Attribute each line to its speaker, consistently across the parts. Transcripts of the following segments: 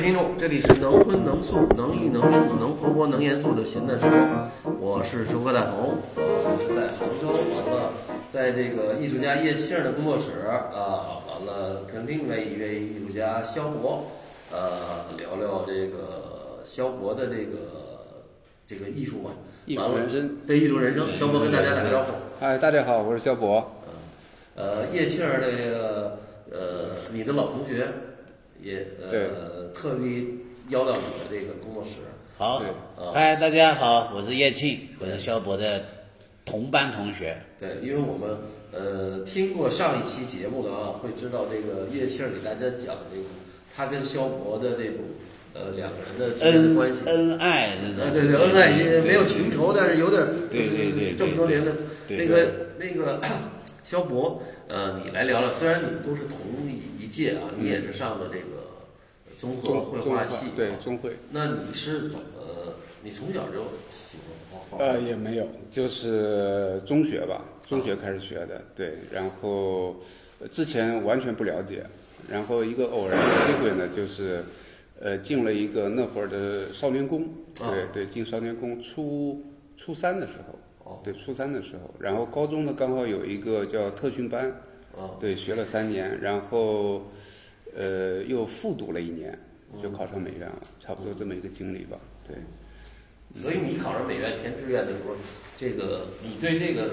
Speaker 1: 听众，这里是能荤能素能艺能术能活泼能严肃的闲的时候，我是周哥大同，我是在杭州，完了，在这个艺术家叶庆儿的工作室啊，完了跟另外一位艺术家肖博，呃，聊聊这个肖博的这个这个艺术吧，
Speaker 2: 艺术
Speaker 1: 完了
Speaker 2: 人生，
Speaker 1: 对艺术人生，肖博跟大家打个招呼。
Speaker 2: 嗨，哎大家好，我是肖博。
Speaker 1: 呃，叶庆儿这个呃，你的老同学也
Speaker 2: 对
Speaker 1: 呃特地邀到你的这个工作室，
Speaker 3: 好呃
Speaker 2: 对，
Speaker 3: 嗨，大家好，我是叶庆，我是肖博的同班同学。
Speaker 1: 对，因为我们呃听过上一期节目的啊，会知道这个叶庆儿给大家讲这个他跟肖博的这种呃两个人的之间的
Speaker 3: 恩
Speaker 1: 关系。
Speaker 3: 恩爱那
Speaker 1: 呃，
Speaker 3: 种，
Speaker 1: 对对，恩爱也没有情仇，但是有点儿
Speaker 3: 对对对对
Speaker 1: 这么多年的
Speaker 3: 对
Speaker 1: 那
Speaker 3: 对
Speaker 1: 个那个 肖博，呃，你来聊聊。虽然你们都是同一一届啊，你也是上的这个综合绘画系，啊
Speaker 2: 对，中会。
Speaker 1: 那你是怎么？你从小就喜欢画画？
Speaker 2: 呃，也没有，就是中学吧，中学开始学的，对，然后呃之前完全不了解，然后一个偶然的机会呢，就是呃进了一个那会儿的少年宫，
Speaker 1: 啊
Speaker 2: 对对，进少年宫初初三的时候
Speaker 1: 哦，
Speaker 2: 对初三的时候，然后高中呢刚好有一个叫特训班，
Speaker 1: 啊，
Speaker 2: 对，学了三年，然后呃又复读了一年，就考上美院了，差不多这么一个经历吧。对，
Speaker 1: 所以你考上美院填志愿的时候，这个你对这个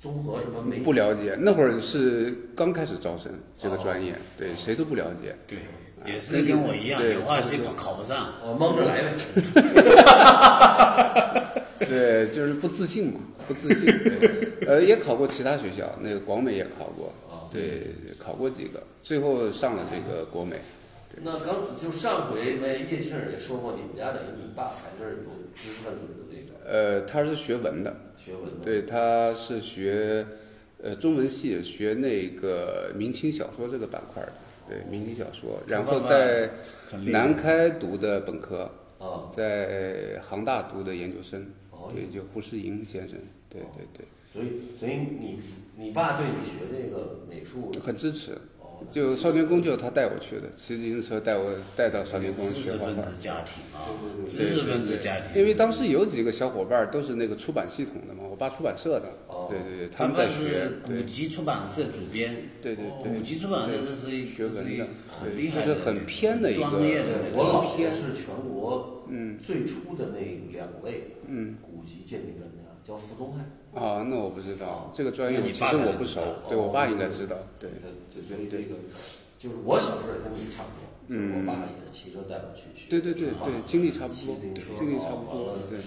Speaker 1: 综合什么美
Speaker 2: 不了解，那会儿是刚开始招生这个专业，对，谁都不了解。
Speaker 3: 对，也是跟我一样，
Speaker 2: 啊对
Speaker 3: 有话是
Speaker 2: 差不多
Speaker 3: 考不上。
Speaker 1: 我哦蒙着来的，
Speaker 2: 对，就是不自信嘛，不自信。对，呃，也考过其他学校，那个广美也考过
Speaker 1: 哦，
Speaker 2: 对，考过几个，最后上了这个国美。
Speaker 1: 那刚就上回那叶庆儿也说过，你们家等于你爸还是有知识分子的这个
Speaker 2: 呃，他是学文的，
Speaker 1: 学问的。，
Speaker 2: 对，他是学呃中文系，学那个明清小说这个板块的，对，明清小说，然后在
Speaker 3: 很厉害
Speaker 2: 南开读的本科，
Speaker 1: 啊，
Speaker 2: 在杭大读的研究生
Speaker 1: 哦，
Speaker 2: 对，就胡适银先生，对对对，
Speaker 1: 所以所以你你爸对你学这个美术，
Speaker 2: 很支持。
Speaker 1: 哦，
Speaker 2: 就少年宫就是他带我去的，骑自行车带我带到少年宫
Speaker 3: 知
Speaker 2: 学
Speaker 3: 识
Speaker 2: 画
Speaker 3: 分
Speaker 2: 画
Speaker 3: 子。家庭啊
Speaker 1: 对对，
Speaker 3: 知识分子家
Speaker 2: 因
Speaker 3: 庭，
Speaker 2: 为当时有几个小伙伴都是那个出版系统的嘛，我爸出版社的
Speaker 1: 哦，
Speaker 2: 对对对，他们在学
Speaker 3: 是，古
Speaker 2: 对
Speaker 3: 籍出版社主编，
Speaker 2: 对对
Speaker 3: 古
Speaker 2: 对，
Speaker 3: 籍出版社这是一
Speaker 2: 学
Speaker 3: 这
Speaker 2: 文
Speaker 3: 是一
Speaker 2: 的
Speaker 3: 很厉害
Speaker 2: 对
Speaker 3: 的，
Speaker 2: 就是很偏的一个
Speaker 3: 专业的
Speaker 1: 对
Speaker 3: 那
Speaker 1: 我
Speaker 3: 种。
Speaker 1: 姥爷是全国嗯最初的那两位嗯古籍鉴定专家，叫傅宗汉。
Speaker 2: 啊，那我不知道这个专业，
Speaker 3: 那
Speaker 2: 我
Speaker 3: 你
Speaker 2: 其
Speaker 3: 爸
Speaker 2: 实
Speaker 3: 可
Speaker 2: 我
Speaker 3: 能
Speaker 2: 不
Speaker 3: 知
Speaker 2: 熟
Speaker 3: 道，哦
Speaker 2: 对我爸应该知道，对嗯
Speaker 1: 他就所以这个就是我小时候也跟你差不多，就是我爸也是骑车带我去学，
Speaker 2: 对对对
Speaker 1: 画
Speaker 2: 对，经历差不多
Speaker 1: 骑自行车，啊
Speaker 2: 经历差
Speaker 1: 完
Speaker 2: 不多
Speaker 1: 了，
Speaker 2: 对。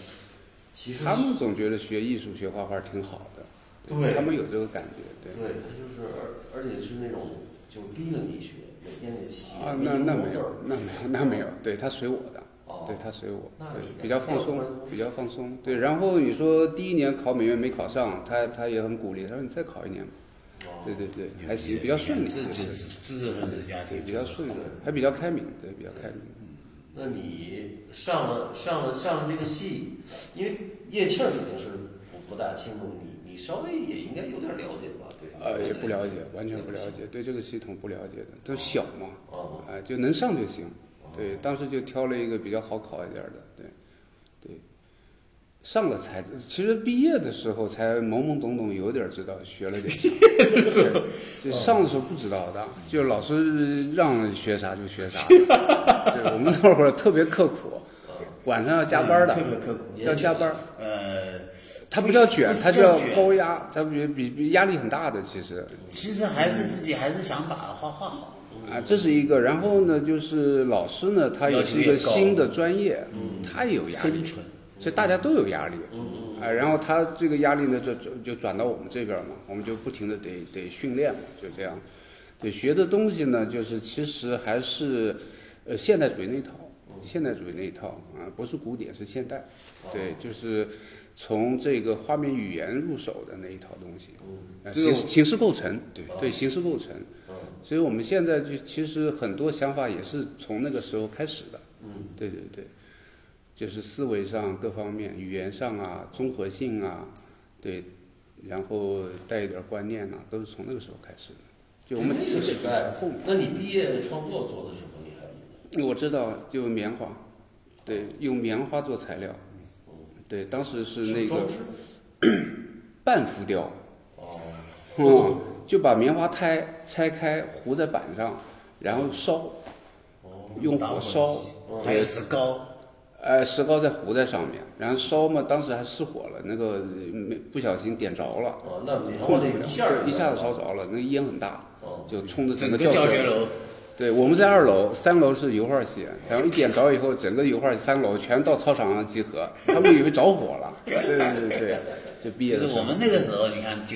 Speaker 1: 其实
Speaker 2: 他们总觉得学艺术、学画画挺好的，
Speaker 1: 对
Speaker 2: 他们有这个感觉，对
Speaker 1: 对。他就是而而且是那种就逼着你学，每天得写
Speaker 2: 啊，那那没
Speaker 1: 字
Speaker 2: 有
Speaker 1: 儿，，
Speaker 2: 那没有，那没有，对他随我的，
Speaker 1: 哦
Speaker 2: 对他随我
Speaker 1: 那，
Speaker 2: 对
Speaker 1: 你
Speaker 2: 比较放
Speaker 1: 没
Speaker 2: 松
Speaker 1: 有关系，
Speaker 2: 比较放松。对，然后你说第一年考美院没考上，他他也很鼓励，他说你再考一年吧。
Speaker 1: 啊
Speaker 2: 对对对，还行，比较顺利，
Speaker 3: 这
Speaker 2: 对
Speaker 3: 这是知识分子家
Speaker 2: 对
Speaker 3: 庭，
Speaker 2: 比较
Speaker 3: 就是
Speaker 2: 顺利，还比较开明，对，比较开明。
Speaker 1: 那你上了上了上了这个戏，因为叶庆儿肯定是不不大清楚你，你稍微也应该有点了解吧？对，
Speaker 2: 呃，也不了解，完全不了解，对这个系统不了解的，都小嘛，
Speaker 1: 哦
Speaker 2: 啊，就能上就行。
Speaker 1: 啊
Speaker 2: 对，当时就挑了一个比较好考一点儿的，对，对，上了才，其实毕业的时候才懵懵懂懂有点儿知道，学了点啥对，就上的时候不知道的，就老师让学啥就 学啥。对我们那会儿特别刻苦，晚上要加班儿的
Speaker 3: 特，别刻苦。
Speaker 2: 要加班儿。
Speaker 3: 呃，
Speaker 2: 他不叫卷
Speaker 3: 不，是
Speaker 2: 他
Speaker 3: 叫
Speaker 2: 叫
Speaker 3: 卷
Speaker 2: 高压，他比比比压力很大的，其实。
Speaker 3: 其实还是自己还是想把画画好。
Speaker 2: 啊，这是一个。然后呢，就是老师呢，他也是一个新的专业，他也有压力，
Speaker 3: 生存，
Speaker 2: 所以大家都有压力。啊，然后他这个压力呢，就就就转到我们这边嘛，我们就不停的得得训练嘛，就这样。对，学的东西呢，就是其实还是呃现代主义那一套，现代主义那一套啊，不是古典，是现代。
Speaker 1: 啊
Speaker 2: 对，就是从这个画面语言入手的那一套东西，啊
Speaker 3: 这个
Speaker 2: 形式形式构成，
Speaker 3: 对
Speaker 1: 啊
Speaker 2: 对，形式构成。所以我们现在就其实很多想法也是从那个时候开始的。嗯，对对对，就是思维上各方面、语言上啊、综合性啊，对，然后带一点观念呐、都是从那个时候开始的。就我们
Speaker 1: 那
Speaker 2: 其
Speaker 1: 个
Speaker 2: 实
Speaker 1: 时代
Speaker 2: 后面，
Speaker 1: 那你毕业创作做的时候，你还记得？
Speaker 2: 我知道，就棉花，对，用棉花做材料，对，当时哦是那
Speaker 1: 装
Speaker 2: 个
Speaker 1: 饰
Speaker 2: 半浮雕，
Speaker 1: 哦，
Speaker 2: 嗯，就把棉花胎拆开糊在板上，然后烧，用
Speaker 1: 哦
Speaker 2: 火烧，
Speaker 1: 嗯
Speaker 3: 还有石膏，
Speaker 2: 呃，石膏再糊在上面，然后烧嘛，当时还失火了，那个没不小心点着了，
Speaker 1: 哦，那棉花
Speaker 2: 控制
Speaker 1: 那
Speaker 2: 不了，
Speaker 1: 一下儿
Speaker 2: 对一下子烧着了，那个烟很大，
Speaker 1: 哦，
Speaker 2: 就冲着
Speaker 3: 整
Speaker 2: 整
Speaker 3: 个
Speaker 2: 个
Speaker 3: 教学
Speaker 2: 楼。
Speaker 3: 楼
Speaker 2: 对，我们在二楼，三楼是油画系，然后一点着以后，整个油画系三楼全到操场上集合，他们以为着火了。对对对对，就毕业
Speaker 3: 就
Speaker 2: 的时
Speaker 3: 是我
Speaker 2: 候，
Speaker 3: 们那个时候，你看九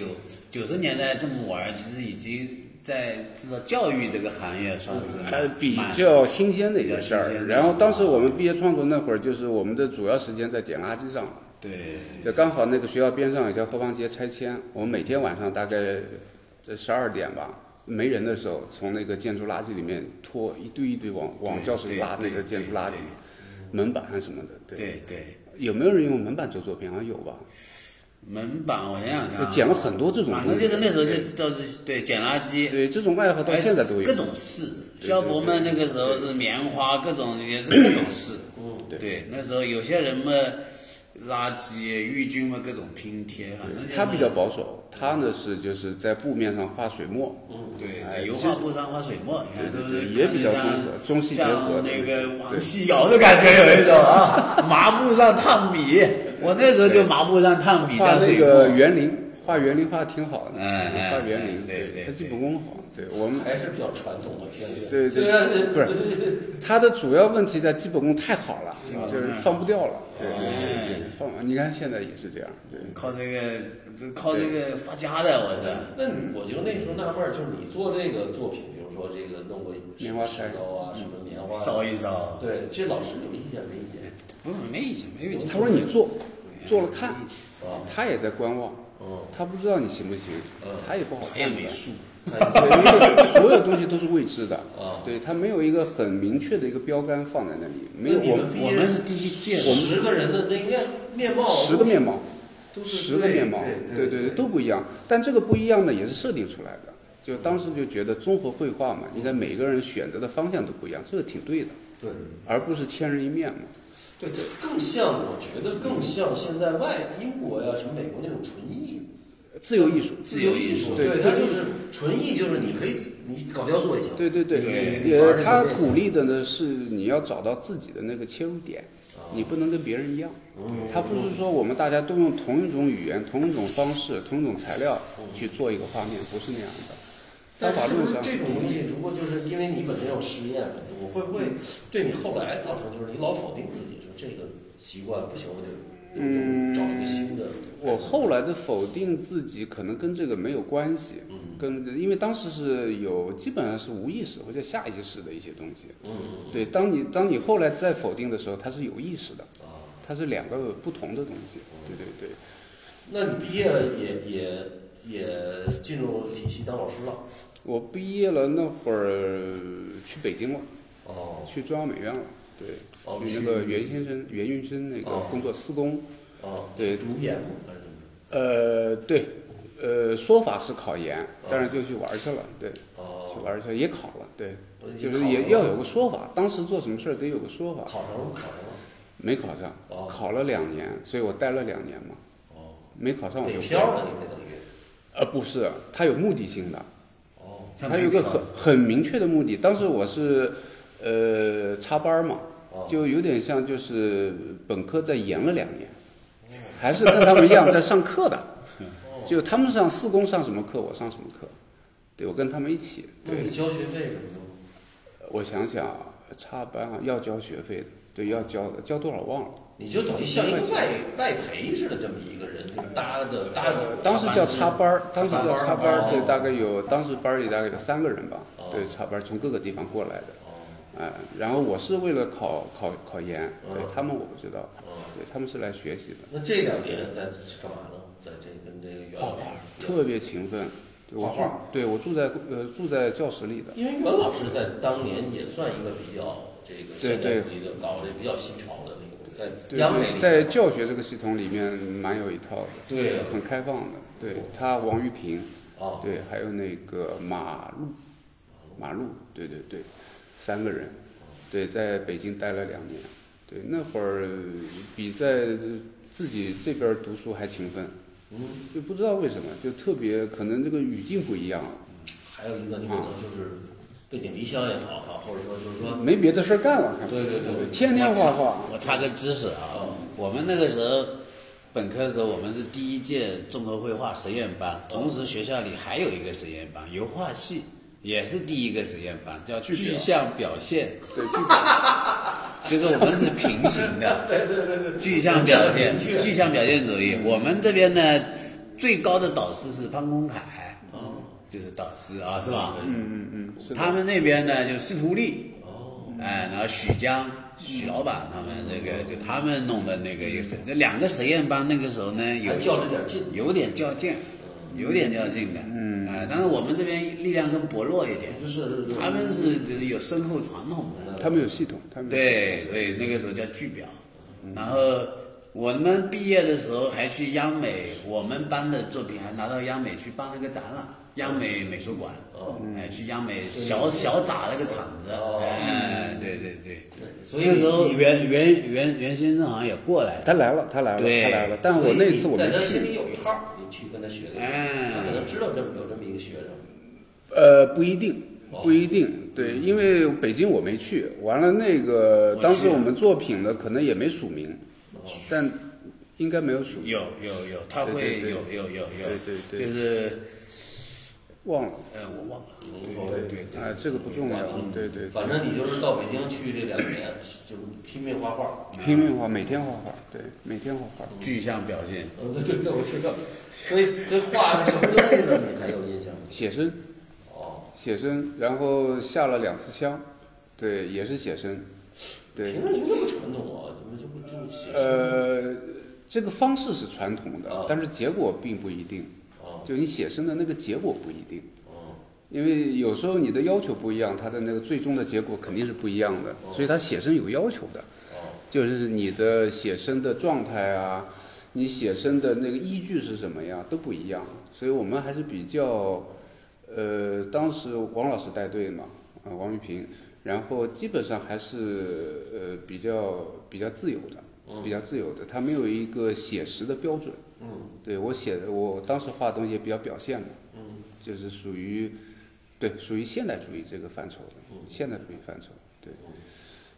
Speaker 3: 九十年代这么玩儿，其实已经在至少教育这个行业算是
Speaker 2: 还呃比
Speaker 3: 蛮
Speaker 2: 较新鲜的一件事
Speaker 3: 比较新
Speaker 2: 儿。
Speaker 3: 鲜的
Speaker 2: 然后当时我们毕业创作那会儿，就是我们的主要时间在捡垃圾上了。
Speaker 3: 对
Speaker 2: 就刚好那个学校边上有条河坊街拆迁，我们每天晚上大概在十二点吧，没人的时候，从那个建筑垃圾里面拖一堆一堆往往教室
Speaker 3: 对
Speaker 2: 拉那
Speaker 3: 对
Speaker 2: 个建筑
Speaker 3: 对
Speaker 2: 垃圾
Speaker 3: 对，
Speaker 2: 门板啊什么的。对，
Speaker 3: 对对，
Speaker 2: 有没有人用门板做作品？好像有吧。
Speaker 3: 门板我想想看
Speaker 2: 就
Speaker 3: 啊，
Speaker 2: 捡了很多这种
Speaker 3: 反
Speaker 2: 东
Speaker 3: 正
Speaker 2: 西
Speaker 3: 就是那时候就到处对捡垃圾，
Speaker 2: 对，这种爱好到现在都有。
Speaker 3: 各种事。
Speaker 2: 对
Speaker 3: 萧伯们那个时候是棉花，各种 也是各种事。
Speaker 1: 嗯，
Speaker 2: 对
Speaker 3: 对，那时候有些人嘛，垃圾、浴巾嘛，各种嗯拼贴，反正就是
Speaker 2: 他比较保守，他呢是就是在布面上画水墨，
Speaker 1: 嗯
Speaker 3: 对
Speaker 2: 哎，
Speaker 3: 油
Speaker 2: 其
Speaker 3: 画
Speaker 2: 实
Speaker 3: 布上画水墨，你看
Speaker 2: 对
Speaker 3: 是不
Speaker 2: 对
Speaker 3: 是
Speaker 2: 对也比较
Speaker 3: 看着
Speaker 2: 综合中
Speaker 3: 像
Speaker 2: 西结合
Speaker 3: 像
Speaker 2: 的
Speaker 3: 那
Speaker 2: 对
Speaker 3: 个王西瑶的感觉有一种啊，麻布上烫笔，我那时候就麻布上烫笔
Speaker 2: 画
Speaker 3: 当
Speaker 2: 那
Speaker 3: 水
Speaker 2: 个
Speaker 3: 墨。
Speaker 2: 园林，画园林画的挺好的，
Speaker 3: 哎哎
Speaker 2: 画园林，
Speaker 3: 哎对对
Speaker 2: 他基
Speaker 3: 对
Speaker 2: 本功好，对我们
Speaker 1: 还是比较传统的偏见。
Speaker 2: 对对
Speaker 1: 虽然是
Speaker 2: 不是他的主要问题在基本功太好了，
Speaker 3: 嗯
Speaker 2: 就是放不掉了，对对对对
Speaker 3: 哎
Speaker 2: 对，放你看现在也是这样，对。
Speaker 3: 靠这个，这靠这个发家的，我是。
Speaker 1: 那你我就那时候纳闷儿，就是你做这个作品，比如说这个弄个什
Speaker 2: 棉
Speaker 1: 么
Speaker 2: 花
Speaker 1: 石
Speaker 2: 菜
Speaker 1: 膏啊，什么棉花啊，
Speaker 3: 烧一烧，
Speaker 1: 对，这老师有意见没意见？
Speaker 3: 不是没意见，没意见。
Speaker 2: 他说你做，
Speaker 3: 嗯
Speaker 2: 做了看，
Speaker 1: 啊，
Speaker 2: 他也在观望，
Speaker 1: 嗯，
Speaker 2: 他不知道你行不行
Speaker 1: 嗯，
Speaker 2: 他也不好
Speaker 3: 讨
Speaker 2: 判
Speaker 3: 厌
Speaker 2: 断
Speaker 3: 美。术，
Speaker 2: 对，因为所有东西都是未知的
Speaker 1: 啊，
Speaker 2: 对，它没有一个很明确的一个标杆放在那里，没有
Speaker 1: 那你
Speaker 2: 我
Speaker 1: 们
Speaker 2: 们
Speaker 1: 毕
Speaker 3: 我
Speaker 1: 业
Speaker 3: 们是第一 届的，
Speaker 1: 十个人的那应该面貌
Speaker 2: 十个面貌，
Speaker 1: 都是
Speaker 2: 十个面貌，
Speaker 1: 对
Speaker 2: 对
Speaker 1: 对
Speaker 2: 对，都不一样。但这个不一样呢，也是设定出来的。就当时就觉得综合绘画嘛，应该每个人选择的方向都不一样，这个挺对的，
Speaker 1: 对
Speaker 2: 而不是千人一面嘛。
Speaker 1: 对对，更像我觉得更像现在外英国呀什么美国那种纯艺
Speaker 2: 自由艺术，
Speaker 1: 自由艺术，
Speaker 2: 对
Speaker 1: 对，
Speaker 2: 自
Speaker 1: 它
Speaker 2: 由
Speaker 1: 就
Speaker 2: 艺术
Speaker 1: 是纯艺，就是你可以自你搞雕塑也行，
Speaker 2: 对对对
Speaker 1: 对，玩
Speaker 2: 也
Speaker 1: 儿这个
Speaker 2: 他
Speaker 1: 东西
Speaker 2: 鼓励的呢是你要找到自己的那个切入点，
Speaker 1: 啊
Speaker 2: 你不能跟别人一样。
Speaker 1: 嗯
Speaker 2: 他不是说我们大家都用同一种语言、同一种方式、同一种材料去做一个画面，不是那样的。
Speaker 1: 但
Speaker 2: 方法
Speaker 1: 是不
Speaker 2: 论
Speaker 1: 是
Speaker 2: 上，
Speaker 1: 这种东西，如果就是因为你本身有实验，肯定我会不会对你后来造成就是你老否定自己，说这个习惯不行，我得
Speaker 2: 嗯
Speaker 1: 找一个新的。
Speaker 2: 我后来的否定自己，可能跟这个没有关系，
Speaker 1: 嗯
Speaker 2: 跟因为当时是有基本上是无意识或者下意识的一些东西。
Speaker 1: 嗯
Speaker 2: 对，当你当你后来再否定的时候，它是有意识的，
Speaker 1: 啊，
Speaker 2: 它是两个不同的东西。对对对。
Speaker 1: 那你毕业也也也进入体系当老师了？
Speaker 2: 我毕业了那会儿去北京了，
Speaker 1: 哦
Speaker 2: 去中央美院了，对，
Speaker 1: 哦
Speaker 2: 去
Speaker 1: 去
Speaker 2: 那个袁先生、袁运生那个
Speaker 1: 哦
Speaker 2: 工作施工，
Speaker 1: 哦，
Speaker 2: 对
Speaker 1: 读研吗？还是怎么着？
Speaker 2: 呃，对，呃，说法是考研
Speaker 1: 哦，
Speaker 2: 但是就去玩去了，对，去
Speaker 1: 哦，
Speaker 2: 玩去了也考了，对，
Speaker 1: 呃
Speaker 2: 就
Speaker 1: 你
Speaker 2: 是
Speaker 1: 考
Speaker 2: 也
Speaker 1: 了
Speaker 2: 要
Speaker 1: 吗
Speaker 2: 有个说法，当时做什么事儿得有个说法，
Speaker 1: 考上了吗考上了。
Speaker 2: 没考上
Speaker 1: 哦，
Speaker 2: 考了两年，所以我待了两年嘛，
Speaker 1: 哦，
Speaker 2: 没考上我
Speaker 1: 北
Speaker 2: 就
Speaker 1: 漂了，你这等于。
Speaker 2: 呃，不是，他有目的性的，
Speaker 1: 哦
Speaker 3: 像
Speaker 2: 他有一个
Speaker 3: 那
Speaker 2: 很很明确的目的。当时我是，呃，插班儿嘛
Speaker 1: 哦，
Speaker 2: 就有点像就是本科再延了两年，还是跟他们一样在上课的，
Speaker 1: 哦，
Speaker 2: 就他们上四公上什么课，我上什么课，对我跟他们一起。
Speaker 1: 那
Speaker 2: 对
Speaker 1: 你，交学费什么的吗？
Speaker 2: 我想想啊，插班啊要交学费的，对，要交的，交多少忘了。
Speaker 1: 你就等于像一个外外培似的这么一个人，就搭的搭的。
Speaker 2: 呃当时叫插班儿，当时叫插班
Speaker 1: 哦
Speaker 2: 儿，对，大概有当时班儿里大概有三个人吧
Speaker 1: 哦，
Speaker 2: 对，插班儿从各个地方过来的。
Speaker 1: 哦
Speaker 2: 啊，然后我是为了考考考研，对
Speaker 1: 嗯
Speaker 2: 他们我不知道，
Speaker 1: 哦，
Speaker 2: 对他们是来学习的，
Speaker 1: 那这两年在干嘛呢？在这跟这个袁老师，
Speaker 2: 特别勤奋。对我住
Speaker 1: 画画，
Speaker 2: 对我住在呃住在教室里的，
Speaker 1: 因为袁老师在当年也算一个比较这个
Speaker 2: 对
Speaker 1: 现在一个搞的比较新潮的那个，在
Speaker 2: 对
Speaker 1: 央美
Speaker 2: 对，在教学这个系统里面蛮有一套的，
Speaker 1: 对啊
Speaker 2: 很开放的。对他王玉平，
Speaker 1: 啊
Speaker 2: 对，还有那个马路，马路，对对对，三个人，对，在北京待了两年，对，那会儿比在自己这边读书还勤奋，
Speaker 1: 嗯，
Speaker 2: 就不知道为什么，就特别可能这个语境不一样了，
Speaker 1: 还有一个你可能就是背井离乡也好哈，或者说就是说，
Speaker 2: 没别的事儿干了，可能
Speaker 1: 对对对对
Speaker 2: 天天画画，
Speaker 3: 我插个知识啊
Speaker 1: 嗯，
Speaker 3: 我们那个时候本科的时候，我们是第一届众筹绘画实验班，同时学校里还有一个实验班，油画系也是第一个实验班，叫
Speaker 2: 具
Speaker 3: 具
Speaker 2: 表
Speaker 3: 象表现。
Speaker 2: 对，
Speaker 3: 就是我们是平行的， 对对对对，具象表现，具象表现主义。我们这边呢，最高的导师是潘公凯，
Speaker 1: 嗯，
Speaker 3: 就是导师啊，是吧？
Speaker 1: 嗯
Speaker 2: 啊嗯嗯嗯，是的
Speaker 3: 他们那边呢，就司徒丽，
Speaker 1: 哦，
Speaker 3: 哎，然后许江、许老板他们那个，就他们弄的那个也是，那两个实验班那个时候呢，有
Speaker 1: 还较了点劲
Speaker 3: 有点较劲，有点较劲的，嗯，哎，但是我们这边力量更薄弱一点，
Speaker 1: 就是
Speaker 3: 他们是就是有深厚传统的，
Speaker 2: 他们有系统，他们有系统
Speaker 3: 对对，那个时候叫剧表。然后我们毕业的时候还去央美，我们班的作品还拿到央美去办了个展览，央美美术馆，
Speaker 1: 哦嗯
Speaker 3: 哎，去央美小小砸了个场子，
Speaker 1: 哦
Speaker 3: 哎，对对对。
Speaker 1: 所以
Speaker 3: 那个时候
Speaker 1: 你
Speaker 3: 袁袁袁袁先生好像也过来
Speaker 2: 他
Speaker 3: 的，
Speaker 2: 来了，他来了，
Speaker 3: 对
Speaker 2: 他来了，但我那次我没
Speaker 1: 在他心
Speaker 2: 去，
Speaker 1: 里有一号，你去跟他学的，
Speaker 3: 哎
Speaker 1: 他可能知道这么有这么一个学生，
Speaker 2: 呃，不一定
Speaker 1: 哦，
Speaker 2: 不一定，对，因为北京我没去，完了那个
Speaker 3: 我
Speaker 2: 当
Speaker 3: 去
Speaker 2: 时
Speaker 3: 了
Speaker 2: 我们作品呢，可能也没署名，
Speaker 1: 哦
Speaker 2: 但应该没有署名，
Speaker 3: 有有有，他会
Speaker 2: 对对对
Speaker 3: 有有有有，
Speaker 2: 对对对
Speaker 3: 就是
Speaker 2: 忘了，
Speaker 3: 呃，我忘了，
Speaker 1: 无所谓
Speaker 3: 对对对
Speaker 2: 啊，这个不重要，对对，
Speaker 1: 嗯反正你就是到北京去这两年，就是拼命画画。
Speaker 2: 拼命画，每天画画，对，每天画画，
Speaker 3: 具象表现，
Speaker 1: 嗯，对对对，我知道。所以对画什么类的你还有印象吗？
Speaker 2: 写生，
Speaker 1: 哦，
Speaker 2: 写生，然后下了两次枪，对，也是写生，对
Speaker 1: 评，论区那么传统啊，怎么就不就写生？
Speaker 2: 呃，这个方式是传统
Speaker 1: 啊
Speaker 2: 的，但是结果并不一定。
Speaker 1: 哦
Speaker 2: 就你写生的那个结果不一定，
Speaker 1: 哦
Speaker 2: 因为有时候你的要求不一样，它的那个最终的结果肯定是不一样的，所以它写生有要求的，
Speaker 1: 哦，
Speaker 2: 就是你的写生的状态啊，你写生的那个依据是什么呀，都不一样，所以我们还是比较，呃，当时王老师带队嘛，啊、王玉平，然后基本上还是呃比较比较自由的，比较自由的，他没有一个写实的标准。
Speaker 1: 嗯
Speaker 2: 对我写的，我当时画的东西也比较表现嘛，
Speaker 1: 嗯，
Speaker 2: 就是属于，对，属于现代主义这个范畴的，
Speaker 1: 嗯
Speaker 2: 现代主义范畴，对，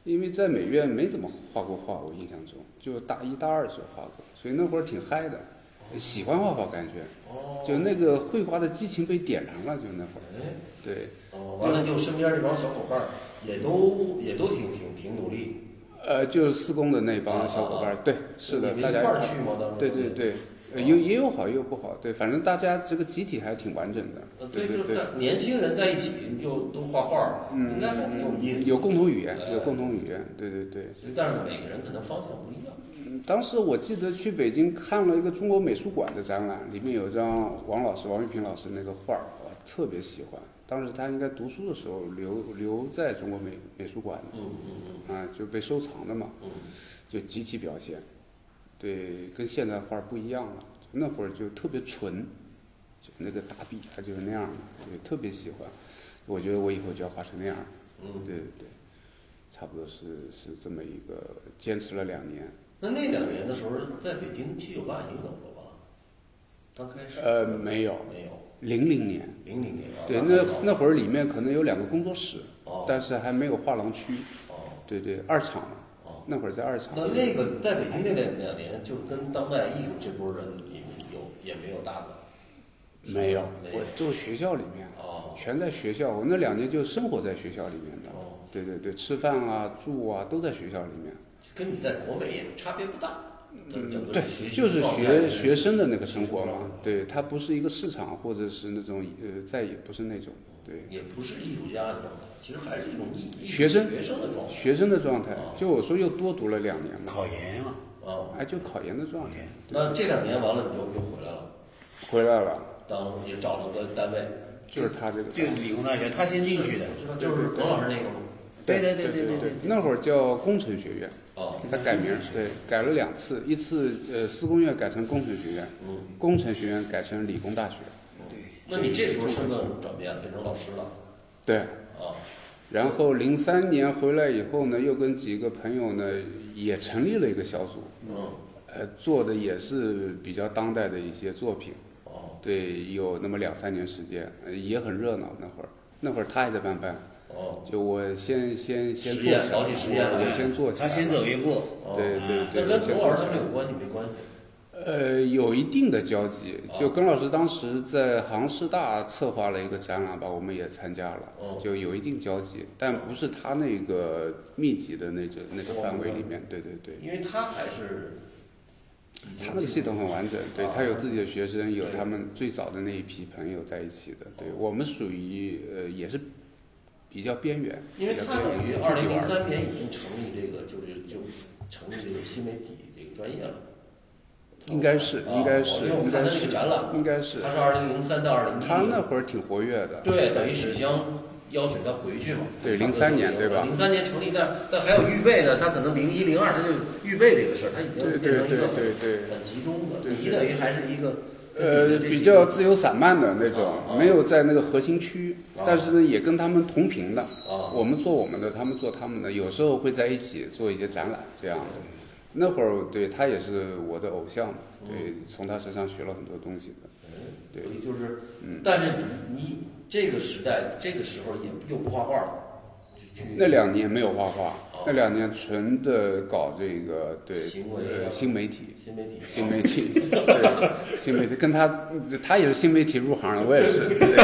Speaker 2: 因为在美院没怎么画过画，我印象中就大一大二的时候画过，所以那会儿挺嗨的，喜欢画画感觉，
Speaker 1: 哦，
Speaker 2: 就那个绘画的激情被点燃了，就那会儿，
Speaker 1: 哎，
Speaker 2: 对，
Speaker 1: 哦，完了就身边这帮小伙伴儿也都也都挺挺挺努力，
Speaker 2: 呃，就是四工的那帮小伙伴儿，对，是的，
Speaker 1: 啊你
Speaker 2: 大
Speaker 1: 们一
Speaker 2: 家
Speaker 1: 块儿去吗？当时
Speaker 2: 对对。对，呃有也有好也有不好，对，反正大家这个集体还挺完整
Speaker 1: 呃
Speaker 2: 的，
Speaker 1: 对，
Speaker 2: 对嗯
Speaker 1: 就是大年轻人在一起，你就都画画，应该还挺有意思。
Speaker 2: 有共同语言，有共同语言，对对对。
Speaker 1: 所以但是每个人可能方向不一样。
Speaker 2: 嗯当时我记得去北京看了一个中国美术馆的展览，里面有一张王老师、王玉平老师那个画儿，我特别喜欢。当时他应该读书的时候留留在中国美美术馆
Speaker 1: 嗯嗯
Speaker 2: 的，啊，就被收藏的嘛，
Speaker 1: 嗯嗯。
Speaker 2: 就极其表现，对，跟现在画儿不一样了。那会儿就特别纯，就那个大笔，它就是那样的，对，特别喜欢。我觉得我以后就要画成那样儿。
Speaker 1: 嗯
Speaker 2: 对对对，差不多是是这么一个坚持了两年。
Speaker 1: 那那两年的时候，在北京七九八已经有了吧？刚开始
Speaker 2: 呃，没有，
Speaker 1: 没有，
Speaker 2: 零零年，
Speaker 1: 零零年啊。
Speaker 2: 对，
Speaker 1: 刚
Speaker 2: 那
Speaker 1: 刚
Speaker 2: 那会儿里面可能有两个工作室，
Speaker 1: 哦
Speaker 2: 但是还没有画廊区，
Speaker 1: 哦
Speaker 2: 对对，二厂嘛，
Speaker 1: 哦，
Speaker 2: 那会儿在二厂，
Speaker 1: 那那个在北京那两两年，就是跟当代艺术这波人也有也没有搭子
Speaker 2: 没有
Speaker 1: 没，有
Speaker 2: 我住学校里面，
Speaker 1: 哦
Speaker 2: 全在学校，我那两年就生活在学校里面的，
Speaker 1: 哦
Speaker 2: 对对对，吃饭啊住啊都在学校里面，
Speaker 1: 跟你在国美也差别不大。嗯
Speaker 2: 对，就是学学生的那个生活嘛，对，它不是一个市场或者是那种呃，再也不是那种，对，
Speaker 1: 也不是艺术家的状态，其实还是一种艺艺术
Speaker 2: 学生
Speaker 1: 学生的状态
Speaker 2: 学生的状态，就我说又多读了两年嘛，
Speaker 3: 考研嘛，
Speaker 1: 啊。
Speaker 2: 哎，就考研的状态，
Speaker 1: 那这两年完了，你就又回来了，
Speaker 2: 回来了。
Speaker 1: 当也找了个单位，
Speaker 2: 就是他这个
Speaker 3: 就理工大学，他先进去的，
Speaker 1: 是吧？就是耿老师那个吗？
Speaker 3: 对
Speaker 2: 对
Speaker 3: 对对
Speaker 2: 对嗯
Speaker 3: 对，
Speaker 2: 那会儿叫工程学院，
Speaker 1: 哦，
Speaker 2: 他改名儿，对，改了两次，一次呃施工院改成工程学院，
Speaker 1: 嗯。
Speaker 2: 工程学院改成理工大学，
Speaker 1: 那你这时候身份转变，变成老师了
Speaker 2: 对，
Speaker 1: 啊？
Speaker 2: 然后零三年回来以后呢，又跟几个朋友呢也成立了一个小组，
Speaker 1: 嗯，
Speaker 2: 呃，做的也是比较当代的一些作品。
Speaker 1: 哦
Speaker 2: 对，有那么两三年时间，呃也很热闹。那会儿，那会儿他还在办办，
Speaker 1: 哦，
Speaker 2: 就我先先先
Speaker 1: 实
Speaker 2: 做起
Speaker 1: 验
Speaker 2: 来，
Speaker 1: 搞起实验
Speaker 2: 我
Speaker 1: 来
Speaker 2: 我先做起
Speaker 3: 他
Speaker 2: 来。
Speaker 3: 先走一步，
Speaker 1: 哦
Speaker 2: 对对
Speaker 1: 那
Speaker 2: 对，
Speaker 1: 跟
Speaker 2: 我先
Speaker 1: 左老
Speaker 2: 做
Speaker 1: 师他
Speaker 2: 起来
Speaker 1: 们有关系没关系？
Speaker 2: 呃，有一定的交集。
Speaker 1: 啊
Speaker 2: 就耿老师当时在杭师大策划了一个展览吧，我们也参加了
Speaker 1: 哦，
Speaker 2: 就有一定交集，但不是他那个密集的那种那个范围里
Speaker 1: 哦
Speaker 2: 面。对对对，
Speaker 1: 因为他还是已经
Speaker 2: 他那个系统很完整，对
Speaker 1: 啊
Speaker 2: 他有自己的学生，有
Speaker 1: 对
Speaker 2: 他们最早的那一批朋友在一起的。
Speaker 1: 哦
Speaker 2: 对我们属于呃也是比较边缘，
Speaker 1: 因为他
Speaker 2: 比较
Speaker 1: 等
Speaker 2: 边
Speaker 1: 于
Speaker 2: 缘
Speaker 1: 二零零。
Speaker 2: 自己玩
Speaker 1: 三哦年已经成立这个，就是就成立这个新媒体这个专业了。
Speaker 2: 应该是
Speaker 1: 啊
Speaker 2: 应该是
Speaker 1: 因为我
Speaker 2: 应
Speaker 1: 看
Speaker 2: 该
Speaker 1: 他那个
Speaker 2: 是
Speaker 1: 展览，
Speaker 2: 应该是
Speaker 1: 他是二零零三到二零一，
Speaker 2: 他那会儿挺活跃的。
Speaker 1: 对，等于许湘邀请他回去嘛。
Speaker 2: 对03年对吧
Speaker 1: 零三年成立，但但还有预备的，他可能零一零二他就预备这个事儿，他已经
Speaker 2: 对
Speaker 1: 变
Speaker 2: 对
Speaker 1: 成一
Speaker 2: 对
Speaker 1: 个
Speaker 2: 对对。
Speaker 1: 很集中的，
Speaker 2: 对对
Speaker 1: 你等于还是一个
Speaker 2: 呃，比较自由散漫的那种
Speaker 1: 啊啊，
Speaker 2: 没有在那个核心区
Speaker 1: 啊，
Speaker 2: 但是呢，也跟他们同频的。
Speaker 1: 啊
Speaker 2: 我们做我们的，他们做他们的，有时候会在一起做一些展览这样的。那会儿对他也是我的偶像嘛，
Speaker 1: 嗯
Speaker 2: 对，从他身上学了很多东西的。对嗯
Speaker 1: 所以就是，但是你你这个时代这个时候也又不画画了，去去
Speaker 2: 那两年没有画画
Speaker 1: 嗯哦，
Speaker 2: 那两年纯的搞这个对
Speaker 1: 行为啊
Speaker 2: 呃新媒体。
Speaker 1: 新媒体
Speaker 2: 新媒体，对，新媒体跟他，他也是新媒体入行的，我也是，对，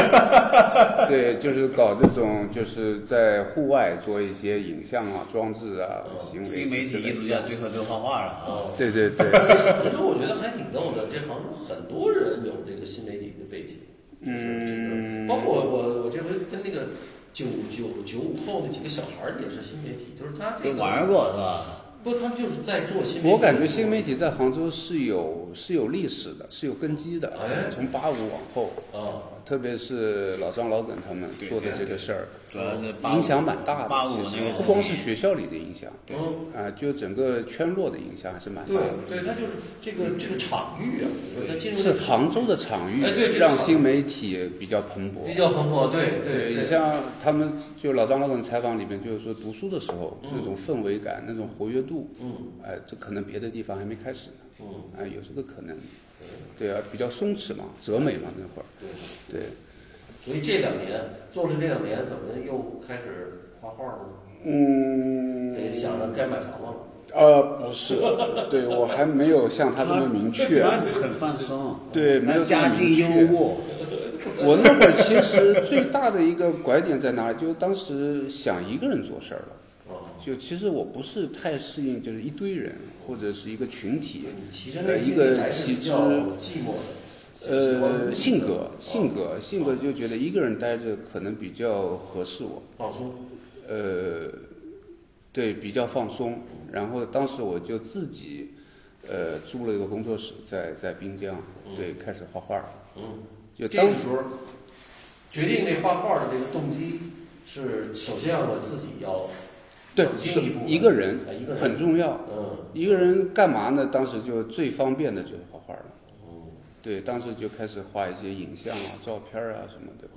Speaker 2: 对，就是搞这种，就是在户外做一些影像啊、装置啊、行为之类的。
Speaker 3: 新媒体艺术家最后都画画了啊。
Speaker 1: 哦，
Speaker 2: 对对对，
Speaker 1: 其实我觉得还挺逗的，这行很多人有这个新媒体的背景，
Speaker 2: 嗯
Speaker 1: 就是这个，包括我我这回跟那个九九九五后那几个小孩儿也是新媒体，就是他这
Speaker 3: 都
Speaker 1: 个
Speaker 3: 玩，过是吧？
Speaker 1: 不，他们就是在做新媒体。
Speaker 2: 我感觉新媒体在杭州是有是有历史的，是有根基的
Speaker 1: 哎，
Speaker 2: 从八五往后，
Speaker 1: 啊，
Speaker 2: 特别是老张、老耿他们
Speaker 3: 对
Speaker 2: 做的这个事儿，
Speaker 3: 主要是八五
Speaker 2: 影响蛮大的
Speaker 3: 八，五
Speaker 2: 其
Speaker 3: 那
Speaker 2: 实
Speaker 3: 个
Speaker 2: 不
Speaker 3: 时
Speaker 2: 光
Speaker 3: 期
Speaker 2: 是学校里的影响，
Speaker 1: 嗯，
Speaker 2: 啊，就整个圈落的影响还是蛮大
Speaker 1: 对
Speaker 2: 的。
Speaker 1: 对，他就是这个这个场域啊，我觉得进入
Speaker 2: 是杭州的场域，
Speaker 1: 哎对这个
Speaker 2: 让
Speaker 1: 场域
Speaker 2: 新媒体比较蓬
Speaker 1: 比
Speaker 2: 勃。
Speaker 1: 较蓬勃，对对
Speaker 2: 你
Speaker 1: 对，
Speaker 2: 像他们就老张老总采访里面，就是说读书的时候、那种氛围感、那种活跃度，
Speaker 1: 嗯
Speaker 2: 哎、这可能别的地方还没开始呢，
Speaker 1: 嗯。
Speaker 2: 哎、有这个可能。对啊，比较松弛嘛，哲美嘛那会儿，
Speaker 1: 对，
Speaker 2: 对，
Speaker 1: 所以这两年做了这两年，怎么又开始画画了呢？
Speaker 2: 嗯，
Speaker 1: 得想着该买房了。
Speaker 2: 呃，不 是，对我还没有像他这么明确。
Speaker 3: 他很放松，
Speaker 2: 对没有
Speaker 3: 他家境优渥，
Speaker 2: 我那会儿其实最大的一个拐点在哪里？就是当时想一个人做事儿了。
Speaker 1: 啊，
Speaker 2: 就其实我不是太适应，就是一堆人或者是一个群体，
Speaker 1: 你呃其实内
Speaker 2: 呃一
Speaker 1: 心
Speaker 2: 个
Speaker 1: 还是
Speaker 2: 其
Speaker 1: 比
Speaker 2: 实
Speaker 1: 较寂寞的，
Speaker 2: 呃，性格
Speaker 1: 啊，
Speaker 2: 性格，性格就觉得一个人待着可能比较合适我，
Speaker 1: 放松，
Speaker 2: 呃，对，比较放松。然后当时我就自己，呃，租了一个工作室在在滨江，对，开始画画。
Speaker 1: 嗯，
Speaker 2: 就
Speaker 1: 这
Speaker 2: 当
Speaker 1: 个时候决定这画画的这个动机是，首先我自己要
Speaker 2: 对
Speaker 1: 进
Speaker 2: 是
Speaker 1: 一步
Speaker 2: 一个人
Speaker 1: 哎一个人
Speaker 2: 很重要，
Speaker 1: 嗯
Speaker 2: 一个人干嘛呢？当时就最方便的就是画画了。
Speaker 1: 嗯，
Speaker 2: 对，当时就开始画一些影像啊、照片啊什么的，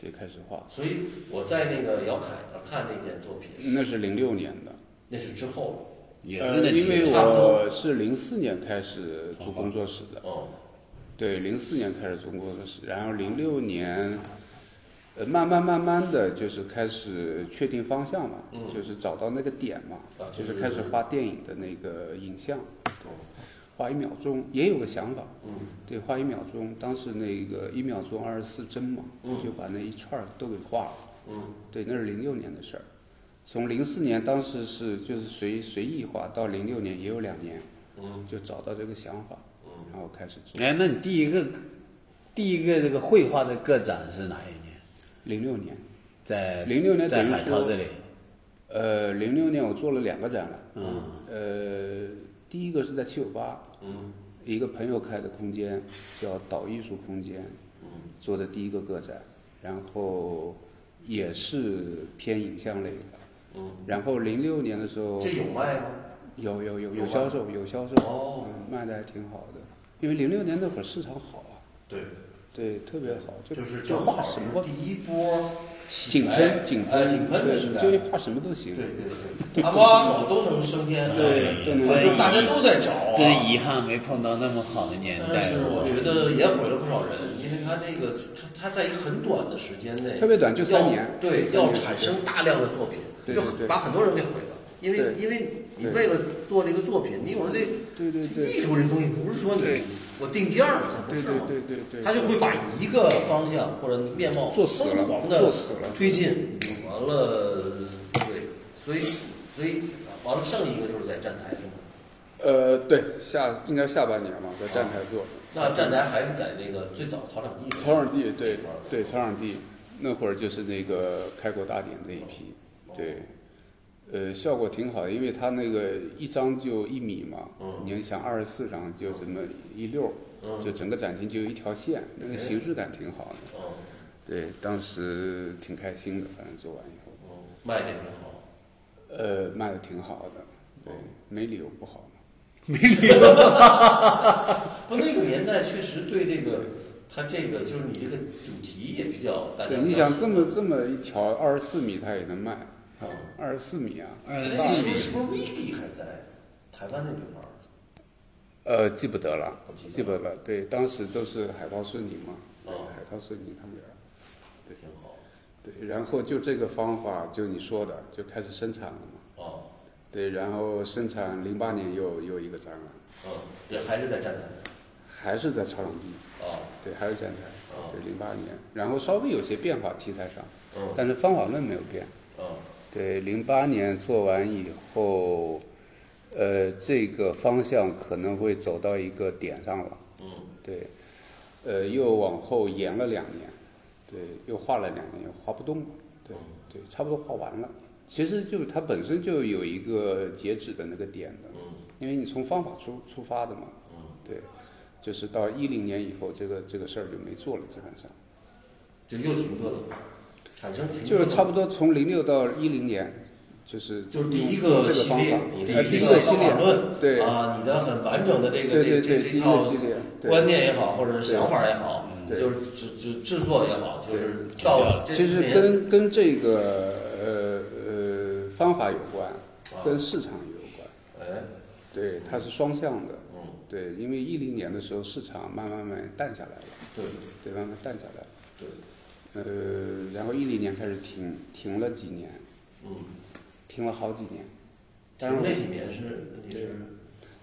Speaker 2: 对，开始画。
Speaker 1: 嗯所以我在那个姚凯那儿看那件作品，
Speaker 2: 那是零六年的，
Speaker 1: 那是之后了。
Speaker 3: 也
Speaker 2: 呃
Speaker 3: 是那
Speaker 2: 因为
Speaker 3: 几个
Speaker 1: 差不多
Speaker 2: 我是零四年开始做工作室的，
Speaker 1: 哦，
Speaker 2: 对，零四年开始做工作室，然后零六年，呃，慢慢慢慢的就是开始确定方向嘛，
Speaker 1: 嗯
Speaker 2: 就是找到那个点嘛
Speaker 1: 啊，就
Speaker 2: 就
Speaker 1: 是
Speaker 2: 是开始画电影的那个影像，画一秒钟，也有个想法，
Speaker 1: 嗯
Speaker 2: 对，画一秒钟，当时那个一秒钟二十四帧嘛，
Speaker 1: 嗯
Speaker 2: 就把那一串儿都给画了。
Speaker 1: 嗯
Speaker 2: 对，那是零六年的事儿。从零四年当时是就是随随意画，到零六年也有两年，
Speaker 1: 嗯
Speaker 2: 就找到这个想法，
Speaker 1: 嗯，
Speaker 2: 然后开始做。
Speaker 3: 哎，那你第一个第一个这个绘画的个展是哪一年？
Speaker 2: 零六年，
Speaker 3: 在
Speaker 2: 06年
Speaker 3: 呃在
Speaker 2: 等于
Speaker 3: 海淘
Speaker 2: 说
Speaker 3: 这里，
Speaker 2: 呃，零六年我做了两个展览，
Speaker 3: 嗯，
Speaker 2: 呃，第一个是在七九八，
Speaker 1: 嗯
Speaker 2: 一个朋友开的空间叫岛艺术空间，
Speaker 1: 嗯
Speaker 2: 做的第一个个展，然后也是偏影像类的。
Speaker 1: 嗯，
Speaker 2: 然后零六年的时候，
Speaker 1: 这有卖吗？
Speaker 2: 有有有
Speaker 1: 有
Speaker 2: 有
Speaker 1: 吧
Speaker 2: 销售有销售，
Speaker 1: 哦
Speaker 2: 嗯卖的还挺好的，因为零六年那会儿市场好啊，
Speaker 1: 对，
Speaker 2: 对，特别好，就
Speaker 1: 就是
Speaker 2: 就
Speaker 1: 正好
Speaker 2: 画什
Speaker 1: 是
Speaker 2: 么
Speaker 1: 第一波
Speaker 2: 井喷井
Speaker 1: 呃
Speaker 2: 喷
Speaker 1: 井喷的时代，
Speaker 2: 对，就画什么都行
Speaker 1: 对。 对对，阿猫阿狗都能升天，
Speaker 2: 对对
Speaker 1: 咱
Speaker 3: 对
Speaker 1: 们大家都在找、啊，
Speaker 3: 真遗憾没碰到那么好的年
Speaker 1: 但
Speaker 3: 代
Speaker 1: 是。我觉得也毁了不少人，因为他那个他他在一个很短的时间内，
Speaker 2: 特别短就三年
Speaker 1: 要对，
Speaker 2: 三年
Speaker 1: 要产生大量的作品，
Speaker 2: 对
Speaker 1: 就
Speaker 2: 对对
Speaker 1: 把很多人给毁了。因为
Speaker 2: 对
Speaker 1: 因为你为了做这个作品，你有了这
Speaker 2: 对对对
Speaker 1: 艺术这东西不是说你
Speaker 2: 对
Speaker 1: 我定价儿了，它不
Speaker 2: 对
Speaker 1: 是
Speaker 2: 对
Speaker 1: 嘛
Speaker 2: 对对对，
Speaker 1: 他就会把一个方向或者面貌
Speaker 2: 做死了
Speaker 1: 疯狂的
Speaker 2: 做死了
Speaker 1: 推进，完了，对，所以所以完了，剩一个就是在站台上，
Speaker 2: 呃，对，下应该是下半年嘛，在站台做。
Speaker 1: 那站台还是在那个最早草场地的
Speaker 2: 草场地，对对，草场地那会儿就是那个开国大典那一批，对，呃，效果挺好的，因为它那个一张就一米嘛，
Speaker 1: 嗯
Speaker 2: 你想二十四张就这么一溜儿，
Speaker 1: 嗯
Speaker 2: 就整个展厅就一条线，那
Speaker 1: 哎
Speaker 2: 个形式感挺好的，
Speaker 1: 哦
Speaker 2: 对，当时挺开心的，反正做完以后，
Speaker 1: 哦，卖的挺好，
Speaker 2: 呃，卖的挺好的，
Speaker 1: 嗯
Speaker 2: 对，没理由不好嘛，
Speaker 1: 不，那个年代确实对这个，它这个就是你这个主题也比较大家
Speaker 2: 对，
Speaker 1: 比
Speaker 2: 你
Speaker 1: 较
Speaker 2: 想这么这么一条二十四米它也能卖，
Speaker 1: 啊，
Speaker 2: 二十四米啊，
Speaker 3: 二
Speaker 1: 那时候
Speaker 3: 十四米，
Speaker 1: 哎是不是 Vicky 还在台湾那地方？
Speaker 2: 呃，记不得了
Speaker 1: 不记，得
Speaker 2: 记不得了。对，当时都是海涛顺宁嘛，
Speaker 1: 哦
Speaker 2: 海涛顺宁他们俩。
Speaker 1: 对，挺好
Speaker 2: 对，然后就这个方法，就你说的，就开始生产了嘛。
Speaker 1: 哦，
Speaker 2: 对，然后生产零八年又又一个展览，
Speaker 1: 嗯，也还是在站台
Speaker 2: 还是在草场地，
Speaker 1: 哦，
Speaker 2: 对，还是展台
Speaker 1: 哦，
Speaker 2: 对，零八年，然后稍微有些变化题材上，
Speaker 1: 嗯
Speaker 2: 但是方法论没有变。
Speaker 1: 嗯。
Speaker 2: 对，零八年做完以后，呃，这个方向可能会走到一个点上了。
Speaker 1: 嗯
Speaker 2: 对，呃，又往后延了两年，对，又画了两年，又画不动了，对
Speaker 1: 嗯
Speaker 2: 对，差不多画完了。其实就它本身就有一个截止的那个点的，
Speaker 1: 嗯
Speaker 2: 因为你从方法出出发的嘛，
Speaker 1: 嗯，
Speaker 2: 对，就是到一零年以后，这个这个事儿就没做了，基本上
Speaker 1: 就又停顿了，产生停顿了
Speaker 2: 就是差不多从零六到一零年，就是
Speaker 1: 就是第一个
Speaker 2: 用这个
Speaker 1: 系
Speaker 2: 方
Speaker 1: 列
Speaker 2: 法，，
Speaker 1: 你
Speaker 2: 呃
Speaker 1: 的
Speaker 2: 第一
Speaker 1: 个
Speaker 2: 个系列
Speaker 1: 方法论，
Speaker 2: 对
Speaker 1: 啊，你的很完整的这个
Speaker 2: 对
Speaker 1: 这
Speaker 2: 对
Speaker 1: 这
Speaker 2: 对，
Speaker 1: 这
Speaker 2: 第
Speaker 1: 一
Speaker 2: 一
Speaker 1: 套
Speaker 2: 个系列，对
Speaker 1: 观念也好，或者是想法也好，嗯
Speaker 2: 对
Speaker 1: 就是制制制作也好，就是
Speaker 3: 对
Speaker 1: 到这
Speaker 2: 其
Speaker 1: 四
Speaker 2: 实
Speaker 1: 年啊
Speaker 2: 跟跟这个呃呃方法有关
Speaker 1: 啊，
Speaker 2: 跟市场也有关，
Speaker 1: 哎，
Speaker 2: 对，它是双向的，
Speaker 1: 嗯，
Speaker 2: 对，因为一零年的时候市场慢慢慢慢淡下来了，
Speaker 1: 对
Speaker 2: 对，慢慢淡下来了，
Speaker 1: 对，
Speaker 2: 呃，然后一零年开始停，停了几年，
Speaker 1: 嗯，
Speaker 2: 停了好几年，但
Speaker 1: 那
Speaker 2: 是
Speaker 1: 几年是你是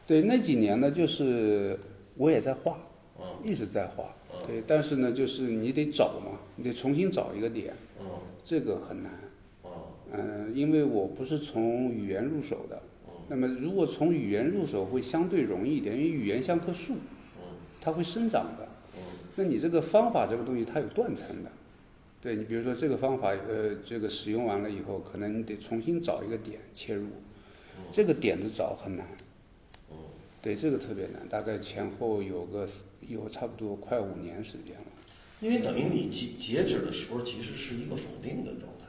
Speaker 2: 对那几年呢，就是我也在画，
Speaker 1: 嗯
Speaker 2: 一直在画
Speaker 1: 嗯，
Speaker 2: 对，但是呢，就是你得找嘛，你得重新找一个点，
Speaker 1: 嗯
Speaker 2: 这个很难。
Speaker 1: 嗯
Speaker 2: 嗯，因为我不是从语言入手的，
Speaker 1: 嗯
Speaker 2: 那么如果从语言入手会相对容易一点，因为语言像棵树，它会生长的。
Speaker 1: 嗯
Speaker 2: 那你这个方法这个东西它有断层的，对你比如说这个方法，呃，这个使用完了以后，可能你得重新找一个点切入，这个点的找很难，
Speaker 1: 嗯
Speaker 2: 对这个特别难，大概前后有个有差不多快五年时间了。
Speaker 1: 因为等于你截截止的时候，其实是一个否定的状态，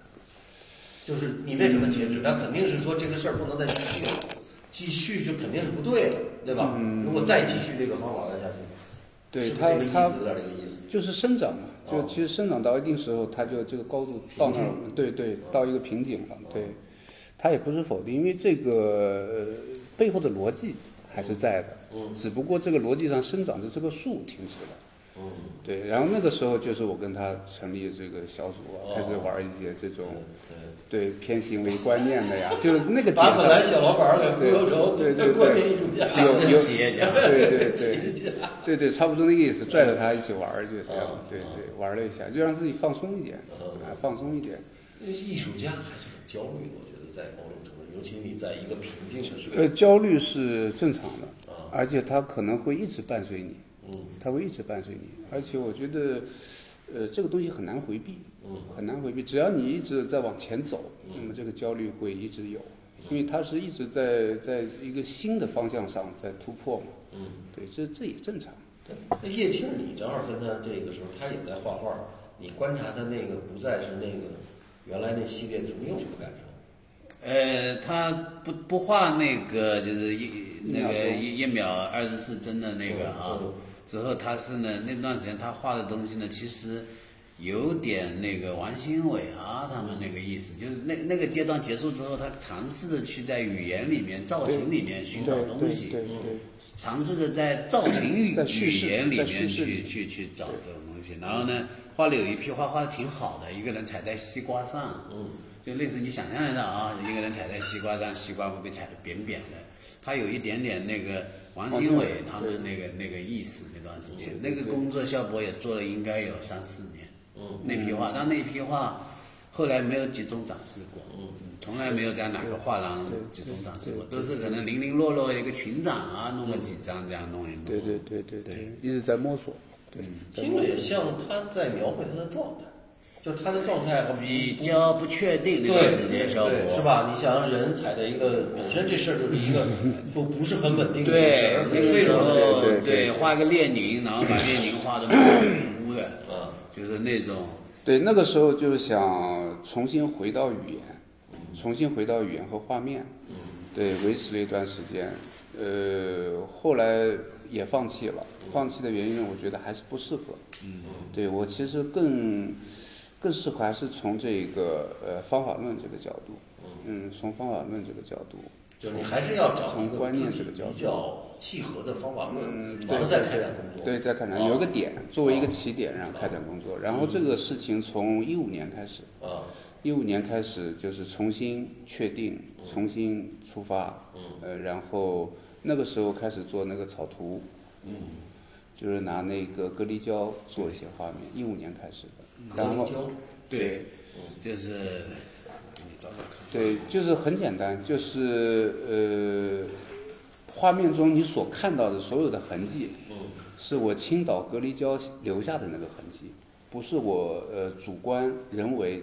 Speaker 1: 就是你为什么截止？那肯定是说这个事儿不能再继续了，继续就肯定是不对了，对吧？如果再继续这个方法论下去，
Speaker 2: 嗯对
Speaker 1: 是不
Speaker 2: 它
Speaker 1: 是这个意
Speaker 2: 它
Speaker 1: 思有点这个意思。
Speaker 2: 就是生长嘛，
Speaker 1: 哦
Speaker 2: 就其实生长到一定时候，它就这个高度到那儿，对对，到一个瓶颈了。对，它也不是否定，因为这个、呃背后的逻辑还是在的，
Speaker 1: 嗯
Speaker 2: 只不过这个逻辑上生长的这个树停止了。
Speaker 1: 嗯
Speaker 2: 对，然后那个时候就是我跟他成立这个小组
Speaker 1: 哦
Speaker 2: 啊，开始玩一些这种
Speaker 1: 对，
Speaker 2: 对偏行为观念的呀，就是那个点
Speaker 1: 把
Speaker 2: 上
Speaker 1: 本来小老板儿给
Speaker 2: 对
Speaker 1: 忽悠成
Speaker 2: 对对
Speaker 1: 观念艺术家，
Speaker 2: 有有
Speaker 3: 真企业家。
Speaker 2: 对对对对对，差不多那个意思，拽着他一起玩儿，就这样
Speaker 1: 嗯，
Speaker 2: 对对，玩了一下，就让自己放松一点，
Speaker 1: 嗯
Speaker 2: 啊，放松一点。
Speaker 1: 艺术家还是很焦虑的，我觉得在某种程度，尤其你在一个平静的时候，
Speaker 2: 呃，焦虑是正常的
Speaker 1: 啊，
Speaker 2: 而且它可能会一直伴随你，
Speaker 1: 嗯
Speaker 2: 它会一直伴随你，而且我觉得，呃，这个东西很难回避，
Speaker 1: 嗯
Speaker 2: 很难回避。只要你一直在往前走，
Speaker 1: 嗯
Speaker 2: 那么这个焦虑会一直有，因为它是一直在在一个新的方向上在突破嘛。
Speaker 1: 嗯。
Speaker 2: 对，这这也正常。
Speaker 1: 对，那叶青，你正好跟他这个时候，他也在画画，你观察他那个不再是那个原来那系列的时候，你有什么感受？
Speaker 3: 呃，他不不画那个就是一
Speaker 2: 一
Speaker 3: 那
Speaker 2: 秒
Speaker 3: 个
Speaker 2: 钟哦
Speaker 3: 一一秒二十四帧的那个啊
Speaker 1: 嗯嗯，
Speaker 3: 之后他是呢那段时间他画的东西呢，其实有点那个王兴伟啊他们那个意思，就是那那个阶段结束之后，他尝试着去在语言里面、造型里面寻找东西，
Speaker 2: 对对对对
Speaker 3: 尝试着在造型语
Speaker 2: 在叙事
Speaker 3: 语言里
Speaker 2: 在
Speaker 3: 面
Speaker 2: 叙事
Speaker 3: 去去去找这种东西。然后呢，画了有一批画画的挺好的，一个人踩在西瓜上，嗯，就类似你想象一下啊，一个人踩在西瓜上，西瓜会被踩得扁扁的。他有一点点那个王
Speaker 2: 王
Speaker 3: 经
Speaker 2: 经伟嗯
Speaker 3: 伟他们那个那个意思，那段时间那个工作效果也做了应该有三四年。嗯，那批画，但那批画后来没有集中展示过，嗯，从来没有在哪个画廊集中展示过，都是可能零零落落一个群展啊，弄个几张这样弄一弄。
Speaker 2: 对对对对嗯对，一直在摸索。对，在
Speaker 1: 听
Speaker 2: 摸
Speaker 1: 着
Speaker 2: 索
Speaker 1: 也像他在描绘他的状态，就是他的状态和
Speaker 3: 比较不确定那段
Speaker 1: 对
Speaker 3: 时间效果
Speaker 1: 对是？吧？你想人踩在一个本身这事儿就是一个不不是很稳定的一个事
Speaker 3: 对
Speaker 1: 儿，，
Speaker 3: 那
Speaker 1: 非
Speaker 3: 个时
Speaker 1: 常
Speaker 3: 候
Speaker 2: 对对对
Speaker 3: 对画个列宁，然后把列宁画的模糊的，
Speaker 1: 啊，
Speaker 3: 就是那种
Speaker 2: 对，那个时候就是想重新回到语言，重新回到语言和画面，
Speaker 1: 嗯
Speaker 2: 对，维持了一段时间，呃，后来也放弃了。放弃的原因，我觉得还是不适合。嗯，对我其实更更适合还是从这个呃方法论这个角度，嗯，从方法论这个角度，
Speaker 1: 就是你还是要找一
Speaker 2: 从
Speaker 1: 个
Speaker 2: 观念
Speaker 1: 自己
Speaker 2: 这个角度
Speaker 1: 比较契合的方法论，完了再开展工作。啊
Speaker 2: 对，在开展
Speaker 1: 哦
Speaker 2: 有一个点作为一个起点，然后开展工作。然后这个事情从一五年开始，
Speaker 1: 啊，
Speaker 2: 一五年开始就是重新确定，重新出发，
Speaker 1: 嗯
Speaker 2: 呃，然后那个时候开始做那个草图，就是拿那个隔离胶做一些画面，一五年开始的，
Speaker 1: 隔
Speaker 2: 然
Speaker 1: 离嗯
Speaker 2: 后
Speaker 1: 胶，
Speaker 3: 对，就是
Speaker 1: 你找找看。
Speaker 2: 对，就是很简单，就是呃，画面中你所看到的所有的痕迹，
Speaker 1: 嗯
Speaker 2: 是我青岛隔离胶留下的那个痕迹，不是我呃主观人为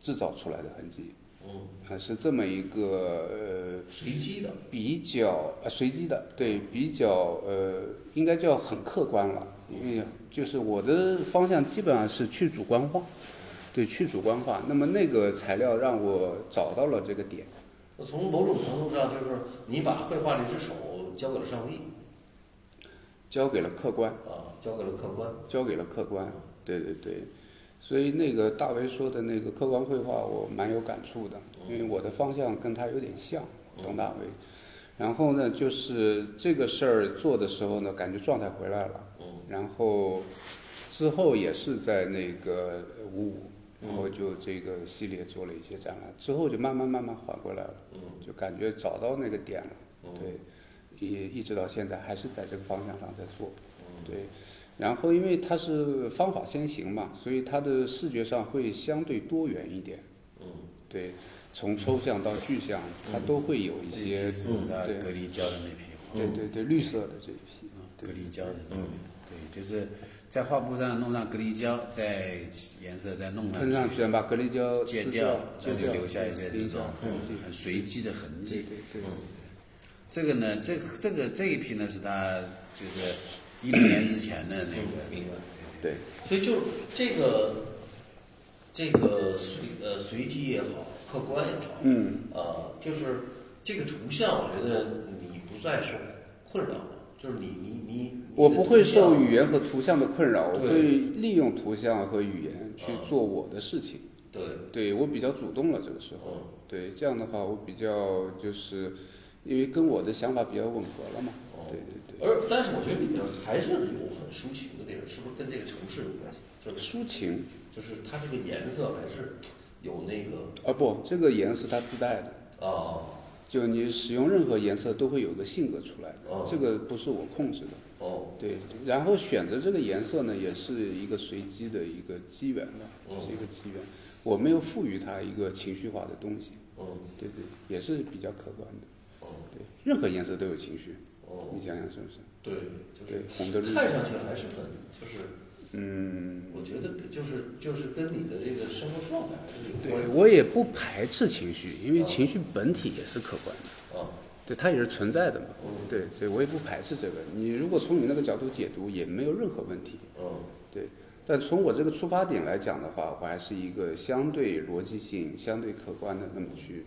Speaker 2: 制造出来的痕迹，
Speaker 1: 嗯，
Speaker 2: 啊，是这么一个呃
Speaker 1: 随机的，
Speaker 2: 比较呃随机的，对，比较呃，应该叫很客观了，因为就是我的方向基本上是去主观化，对，去主观化。那么那个材料让我找到了这个点，
Speaker 1: 从某种程度上就是你把绘画这只手交给了上帝
Speaker 2: 交给了客观，
Speaker 1: 啊，交给了客观。
Speaker 2: 交给了客观，对对对。所以那个大为说的那个客观绘画，我蛮有感触的，因为我的方向跟他有点像，董大为。然后呢，就是这个事儿做的时候呢，感觉状态回来了。
Speaker 1: 嗯
Speaker 2: 然后之后也是在那个五五，然后就这个系列做了一些展览，之后就慢慢慢慢缓过来了，
Speaker 1: 嗯
Speaker 2: 就感觉找到那个点了，
Speaker 1: 嗯
Speaker 2: 对，一一直到现在还是在这个方向上在做，
Speaker 1: 嗯
Speaker 2: 对。然后，因为它是方法先行嘛，所以它的视觉上会相对多元一点。
Speaker 1: 嗯
Speaker 2: 对，从抽象到具象，它都会有一些。
Speaker 3: 是在
Speaker 2: 对
Speaker 3: 隔离胶的那批画。
Speaker 2: 对对对，绿色的这一批。
Speaker 3: 隔离胶的，嗯，对，就是在画布上弄上隔离胶，再颜色再弄
Speaker 2: 喷上
Speaker 3: 去，
Speaker 2: 去，然后把隔离胶
Speaker 3: 戒
Speaker 2: 撕
Speaker 3: 嗯掉，
Speaker 2: 戒
Speaker 3: 然后
Speaker 2: 掉，
Speaker 3: 就留下一些
Speaker 2: 留
Speaker 3: 这
Speaker 2: 下
Speaker 3: 种
Speaker 2: 痕迹
Speaker 3: 很随机的痕
Speaker 2: 对
Speaker 3: 迹。
Speaker 2: 对对，
Speaker 3: 这个呢，这这个这一批呢是他就是一零年之前的那个，
Speaker 1: 明白。
Speaker 2: 对
Speaker 1: 所以就这个这个随呃随机也好，客观也好，
Speaker 2: 嗯，
Speaker 1: 呃，就是这个图像，我觉得你不再受困扰了，就是你你你，你
Speaker 2: 我不会受语
Speaker 1: 言
Speaker 2: 言和图像的困扰，我
Speaker 1: 对
Speaker 2: 会利用图像和语言去做我的事情。
Speaker 1: 对，
Speaker 2: 对我比较主动了，这个时候
Speaker 1: 嗯，
Speaker 2: 对这样的话，我比较就是因为跟我的想法比较吻合了嘛
Speaker 1: 哦。
Speaker 2: 对对对，
Speaker 1: 而但是我觉得里面还是有很抒情的地方，是不是跟这个城市有关系？就是
Speaker 2: 抒情
Speaker 1: 就是它这个颜色还是有那个
Speaker 2: 啊不，这个颜是它自带的，
Speaker 1: 啊
Speaker 2: 就你使用任何颜色都会有个性格出来
Speaker 1: 哦
Speaker 2: 的，这个不是我控制的。
Speaker 1: 哦
Speaker 2: 对，然后选择这个颜色呢，也是一个随机的一个机缘吧，
Speaker 1: 嗯
Speaker 2: 是一个机缘。我没有赋予它一个情绪化的东西，
Speaker 1: 嗯
Speaker 2: 对对，也是比较客观的。
Speaker 1: 哦
Speaker 2: 对，任何颜色都有情绪，
Speaker 1: 哦
Speaker 2: 你，想想是不是？
Speaker 1: 对，就
Speaker 2: 对
Speaker 1: 是，
Speaker 2: 红的、绿
Speaker 1: 看
Speaker 2: 的，
Speaker 1: 上去还是很就是。
Speaker 2: 嗯，
Speaker 1: 我觉得就是就是跟你的这个生活状态还是有关
Speaker 2: 对
Speaker 1: 系
Speaker 2: 我也不排斥情绪，因为
Speaker 1: 哦
Speaker 2: 情绪本体也是客观的，
Speaker 1: 啊。
Speaker 2: 对，它也是存在的嘛。
Speaker 1: 嗯
Speaker 2: 对，所以我也不排斥这个。你如果从你那个角度解读，也没有任何问题。
Speaker 1: 嗯
Speaker 2: 对，但从我这个出发点来讲的话，我还是一个相对逻辑性、相对客观的那么去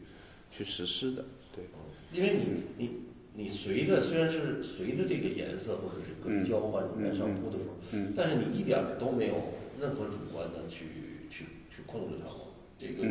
Speaker 2: 去实施的。对，
Speaker 1: 因为你你你随着虽然是随着这个颜色或者是各种交换你在上铺的时候，但是你一点儿都没有任何主观的去去去控制它吗？这个，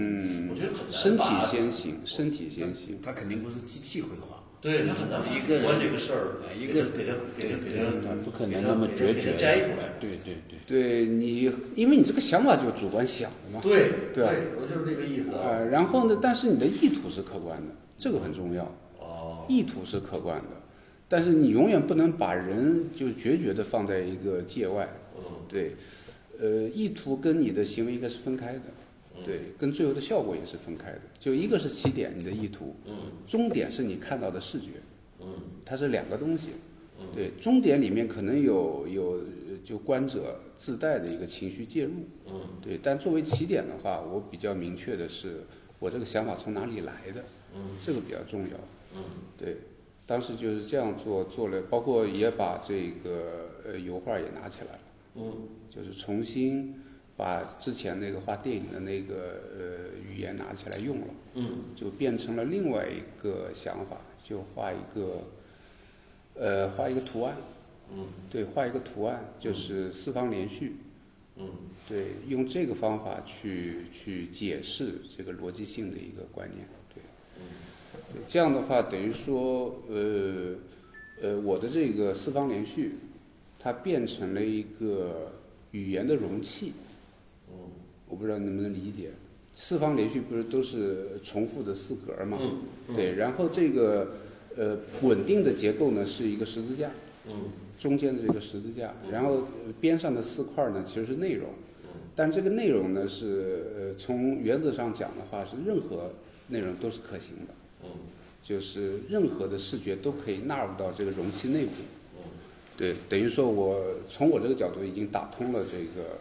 Speaker 1: 我觉得很难
Speaker 2: 身体
Speaker 1: 把
Speaker 2: 先行，身体先行。
Speaker 3: 他肯定不是机器绘画。
Speaker 1: 对他很难把
Speaker 3: 一个人
Speaker 1: 主观这个事儿
Speaker 3: 哎，一
Speaker 1: 给
Speaker 3: 个
Speaker 1: 他给他给他给他
Speaker 4: 不可
Speaker 1: 给
Speaker 4: 能
Speaker 1: 他
Speaker 4: 那么
Speaker 1: 给他
Speaker 4: 决
Speaker 1: 给他
Speaker 4: 绝。
Speaker 1: 摘出来。
Speaker 4: 对对对，
Speaker 2: 对你，因为你这个想法就是主观想的嘛。
Speaker 1: 对
Speaker 2: 对啊
Speaker 1: 我就是这个意思啊。
Speaker 2: 呃，然后呢，但是你的意图是客观的，这个很重要。
Speaker 1: 哦，
Speaker 2: 意图是客观的，但是你永远不能把人就决绝的放在一个界外。
Speaker 1: 嗯
Speaker 2: 对，呃，意图跟你的行为应该是分开的，对，跟最后的效果也是分开的。就一个是起点，你的意图，
Speaker 1: 嗯
Speaker 2: 终点是你看到的视觉，
Speaker 1: 嗯
Speaker 2: 它是两个东西。
Speaker 1: 嗯
Speaker 2: 对，终点里面可能有有呃就观者自带的一个情绪介入，
Speaker 1: 嗯
Speaker 2: 对，但作为起点的话，我比较明确的是我这个想法从哪里来的，
Speaker 1: 嗯
Speaker 2: 这个比较重要。
Speaker 1: 嗯
Speaker 2: 对，当时就是这样做，做了，包括也把这个呃油画也拿起来了，
Speaker 1: 嗯
Speaker 2: 就是重新把之前那个画电影的那个呃语言拿起来用了，
Speaker 1: 嗯
Speaker 2: 就变成了另外一个想法，就画一个呃画一个图案，
Speaker 1: 嗯
Speaker 2: 对，画一个图案，就是四方连续。
Speaker 1: 嗯，
Speaker 2: 对，用这个方法去去解释这个逻辑性的一个观念，对，对这样的话等于说，呃，呃，我的这个四方连续，它变成了一个语言的容器，
Speaker 1: 嗯，
Speaker 2: 我不知道你能不能理解，四方连续不是都是重复的四格儿吗？
Speaker 1: 嗯嗯
Speaker 2: 对，然后这个呃稳定的结构呢是一个十字架，
Speaker 1: 嗯
Speaker 2: 中间的这个十字架，
Speaker 1: 嗯
Speaker 2: 然后呃边上的四块儿呢其实是内容，但这个内容呢是呃从原则上讲的话是任何内容都是可行的，
Speaker 1: 嗯
Speaker 2: 就是任何的视觉都可以纳入到这个容器内部。
Speaker 1: 嗯
Speaker 2: 对，等于说我从我这个角度已经打通了这个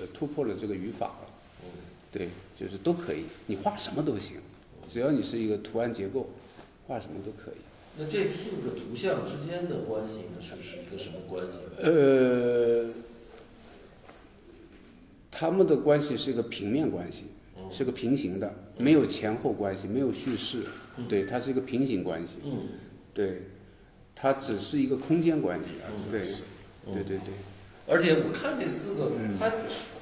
Speaker 2: 呃突破了这个语法了。对，就是都可以，你画什么都行，只要你是一个图案结构，画什么都可以。
Speaker 1: 那这四个图像之间的关系呢，是是一个什么关系？
Speaker 2: 呃，他们的关系是一个平面关系，
Speaker 1: 嗯
Speaker 2: 是个平行的，没有前后关系，没有叙事，对，它是一个平行关系，
Speaker 1: 嗯
Speaker 2: 对，它只是一个空间关系而已，对，
Speaker 1: 嗯
Speaker 2: 对对对，
Speaker 1: 而且我看这四个，它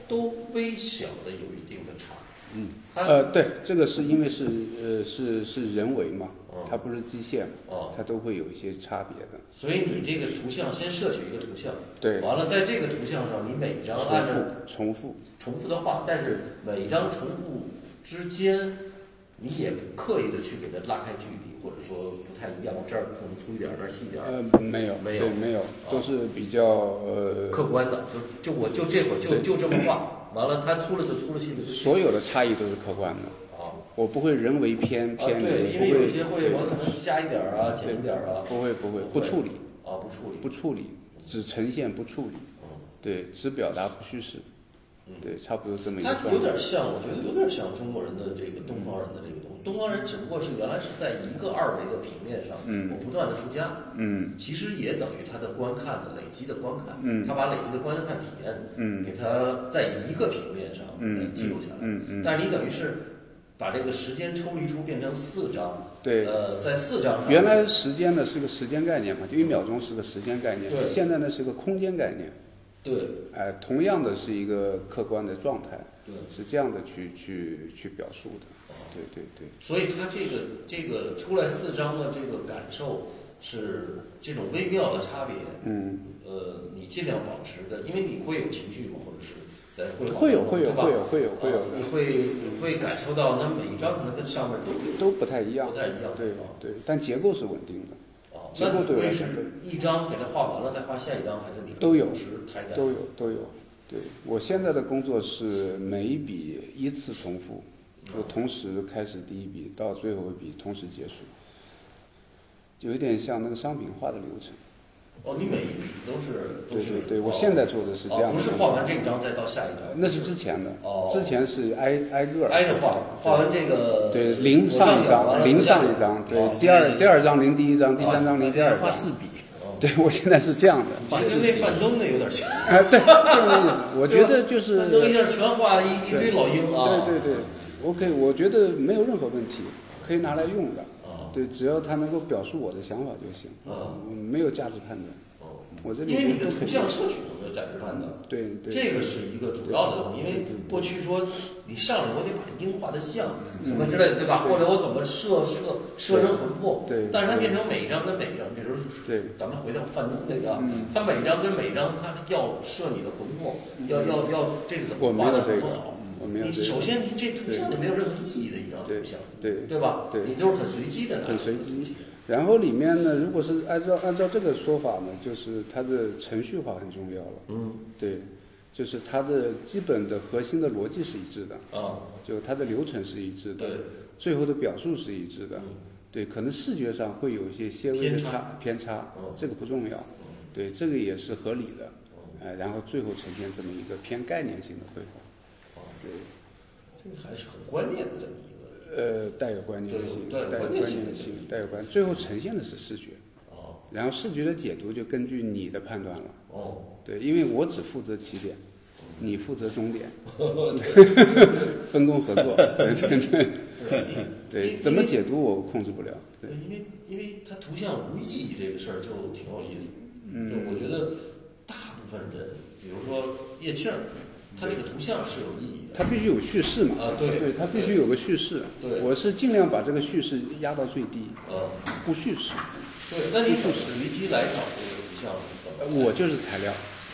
Speaker 1: 都微小的有一定的差。嗯，它
Speaker 2: 呃，对，这个是因为是呃是是人为嘛
Speaker 1: 嗯，
Speaker 2: 它不是机械嘛，
Speaker 1: 哦，
Speaker 2: 它都会有一些差别的，
Speaker 1: 所以你这个图像先摄取一个图像，
Speaker 2: 对，
Speaker 1: 完了在这个图像上，你每一张
Speaker 2: 重
Speaker 1: 嗯按
Speaker 2: 复
Speaker 1: 照
Speaker 2: 重复，
Speaker 1: 重复的画，但是每一张重复之间，你也不刻意的去给它拉开距离，或者说不太一样，这儿可能粗一点，那儿细一点，
Speaker 2: 呃，没有
Speaker 1: 没有啊
Speaker 2: 对没有，都是比较呃
Speaker 1: 客观的，就就我就这会儿就
Speaker 2: 对
Speaker 1: 就这么画，完了它粗了就粗了，细了就细
Speaker 2: 所有的差异都是客观的，
Speaker 1: 啊。
Speaker 2: 我不会人为偏
Speaker 1: 啊，
Speaker 2: 偏
Speaker 1: 对，
Speaker 2: 离，
Speaker 1: 因
Speaker 2: 不
Speaker 1: 为有
Speaker 2: 会
Speaker 1: 些会我可能加一点儿啊，减一点儿啊，
Speaker 2: 不会不会
Speaker 1: 不会
Speaker 2: 不处理
Speaker 1: 啊不处理。嗯
Speaker 2: 不处理，只呈现不处理，对，只表达不叙事，对，差不多这么一个
Speaker 1: 它
Speaker 2: 状
Speaker 1: 嗯有
Speaker 2: 态
Speaker 1: 点。像，我觉得有点像中国人的这个东方人的这个东西。东方人只不过是原来是在一个二维的平面上，我不断的附加，
Speaker 2: 嗯
Speaker 1: 其实也等于他的观看的累积的观看，他把累积的观看体验，给他在一个平面上呃记录下来。
Speaker 2: 嗯
Speaker 1: 但是你等于是把这个时间抽离出，变成四张，
Speaker 2: 对
Speaker 1: 呃，在四张上，
Speaker 2: 原来时间呢是个时间概念嘛，就一秒钟是个时间概念
Speaker 1: 对，
Speaker 2: 现在呢是个空间概念，
Speaker 1: 对
Speaker 2: 哎、同样的是一个客观的状态，
Speaker 1: 对。
Speaker 2: 是这样的去去去表述的，对对对。
Speaker 1: 所以它这个这个出来四张的这个感受是这种微妙的差别。嗯，呃，你尽量保持的，因为你会有情绪嘛，或者是在会
Speaker 2: 嗯会有会有
Speaker 1: 对吧
Speaker 2: 会有会有会有
Speaker 1: 啊
Speaker 2: 的
Speaker 1: 你会你会感受到，那每一张可能跟上面都不
Speaker 2: 都不太一样，
Speaker 1: 太一样。
Speaker 2: 对
Speaker 1: 啊
Speaker 2: 对，但结构是稳定的。
Speaker 1: 哦，
Speaker 2: 结
Speaker 1: 那
Speaker 2: 构
Speaker 1: 你
Speaker 2: 对我
Speaker 1: 会
Speaker 2: 来说
Speaker 1: 是一张给它画完了再画下一张，还是你可以
Speaker 2: 都有
Speaker 1: 同时开展
Speaker 2: 都有都有。对我现在的工作是每一笔依次重复，就同时开始第一笔到最后一笔同时结束，就有点像那个商品化的流程。
Speaker 1: 哦，你每一笔都是都
Speaker 2: 对
Speaker 1: 是
Speaker 2: 对对，我
Speaker 1: 哦
Speaker 2: 现在做的是这样
Speaker 1: 哦，不
Speaker 2: 的
Speaker 1: 是
Speaker 2: 工
Speaker 1: 画
Speaker 2: 作。
Speaker 1: 完这一张再到下一张，
Speaker 2: 那是之前的
Speaker 1: 哦，
Speaker 2: 之前是挨挨个儿
Speaker 1: 挨着画，画完这个
Speaker 2: 对，零上一
Speaker 1: 完
Speaker 2: 张，
Speaker 1: 了
Speaker 2: 零
Speaker 1: 再下
Speaker 2: 上一张，
Speaker 1: 哦
Speaker 2: 对，第二第二张零第一张，第三张零第二
Speaker 3: 画
Speaker 2: 张。
Speaker 3: 四笔，
Speaker 2: 对，我现在是这 样的。
Speaker 1: 画跟哦那范增那有点像，
Speaker 2: 哎，对，就是那个，我觉得 就是
Speaker 1: 范增一下全画一一堆老鹰啊，
Speaker 2: 对对对，OK，我觉得没有任何问题，可以拿来用的。
Speaker 1: 啊，
Speaker 2: 对，只要他能够表述我的想法就行，
Speaker 1: 啊，
Speaker 2: 嗯没有价值判断。
Speaker 1: 哦，
Speaker 2: 我这里
Speaker 1: 因为你的
Speaker 2: 就是
Speaker 1: 图像摄取能没有价值判断，
Speaker 2: 对对，
Speaker 1: 这个是一个主要的东西。因为过去说你上来我得把这鹰画的像什么之类的，对吧？或者我怎么设设设成魂魄，
Speaker 2: 嗯对
Speaker 1: 但是它变成每一张跟每一张，这时候
Speaker 2: 对嗯
Speaker 1: 咱们回到范东那个，啊他每一张跟每一张他要设你的魂魄，要要要这个怎
Speaker 2: 我
Speaker 1: 么画
Speaker 2: 没有
Speaker 1: 的
Speaker 2: 这
Speaker 1: 怎
Speaker 2: 个嗯
Speaker 1: 么好。，
Speaker 2: 我没有
Speaker 1: 你
Speaker 2: 这
Speaker 1: 首
Speaker 2: 个，
Speaker 1: 先，你这图像就没有任何意义的一张图
Speaker 2: 对
Speaker 1: 像，
Speaker 2: 对
Speaker 1: 对吧？
Speaker 2: 对
Speaker 1: 你就是很随机的拿，
Speaker 2: 很随机。然后里面呢，如果是按照按照这个说法呢，就是它的程序化很重要了。
Speaker 1: 嗯，
Speaker 2: 对，就是它的基本的核心的逻辑是一致的，
Speaker 1: 啊，
Speaker 2: 就它的流程是一致的，
Speaker 1: 对，
Speaker 2: 最后的表述是一致的。对，可能视觉上会有一些些微
Speaker 1: 嗯
Speaker 2: 的
Speaker 1: 偏差
Speaker 2: 差偏差
Speaker 1: 嗯，
Speaker 2: 这个不重要。对，这个也是合理的。呃，然后最后呈现这么一个偏概念性的绘画，
Speaker 1: 哦这个还是很关键的这么一个。
Speaker 2: 呃，带有观念性，
Speaker 1: 对
Speaker 2: 带
Speaker 1: 有
Speaker 2: 有
Speaker 1: 观
Speaker 2: 观
Speaker 1: 念
Speaker 2: 念
Speaker 1: 性
Speaker 2: 性，带有观，最后呈现的是视觉，
Speaker 1: 哦
Speaker 2: 然后视觉的解读就根据你的判断了。
Speaker 1: 哦，
Speaker 2: 对，因为我只负责起点，你负责终点，分工 合作。对对对对，怎么解读我控制不了。对
Speaker 1: 对，因为因为它图像无意义这个事儿就挺有意思。
Speaker 2: 嗯
Speaker 1: 就我觉得大部分人，比如说叶庆儿，他这个图像是有意义的。
Speaker 2: 它必须有叙事嘛？
Speaker 1: 啊对
Speaker 2: 对，它必须有个叙事。
Speaker 1: 对
Speaker 2: 我是尽量把这个叙事压到最低，
Speaker 1: 呃，
Speaker 2: 不叙事。
Speaker 1: 对，那你怎么随机来找这个图像是
Speaker 2: 呃
Speaker 1: 怎么？
Speaker 2: 我就是材料，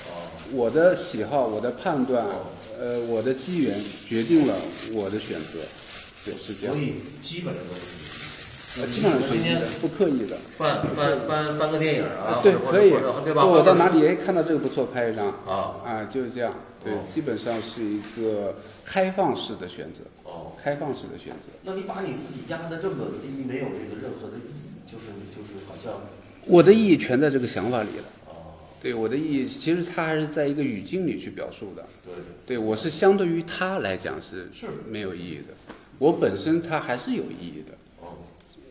Speaker 1: 啊，
Speaker 2: 我的喜好、我的判断、
Speaker 1: 哦
Speaker 2: 呃，我的机缘决定了我的选择。对，是这样
Speaker 1: 所。以基本上都是。
Speaker 2: 呃基本上是
Speaker 1: 今天
Speaker 2: 不刻意的。
Speaker 1: 翻翻翻翻个电影啊，
Speaker 2: 对，
Speaker 1: 或者
Speaker 2: 可以
Speaker 1: 或者。对吧？
Speaker 2: 我到哪
Speaker 1: 或者
Speaker 2: 里哎看到这个不错，拍一张。
Speaker 1: 啊？
Speaker 2: 啊，就是这样。对
Speaker 1: 哦，
Speaker 2: 基本上是一个开放式的选择，
Speaker 1: 哦，
Speaker 2: 开放式的选择。
Speaker 1: 那你把你自己压得这么低，没有这个任何的意义，就是就是好像
Speaker 2: 我的意义全在这个想法里了。
Speaker 1: 啊，
Speaker 2: 对，我的意义其实它还是在一个语境里去表述的。
Speaker 1: 对，
Speaker 2: 对我是相对于它来讲是
Speaker 1: 是
Speaker 2: 没有意义的，我本身它还是有意义的，
Speaker 1: 哦。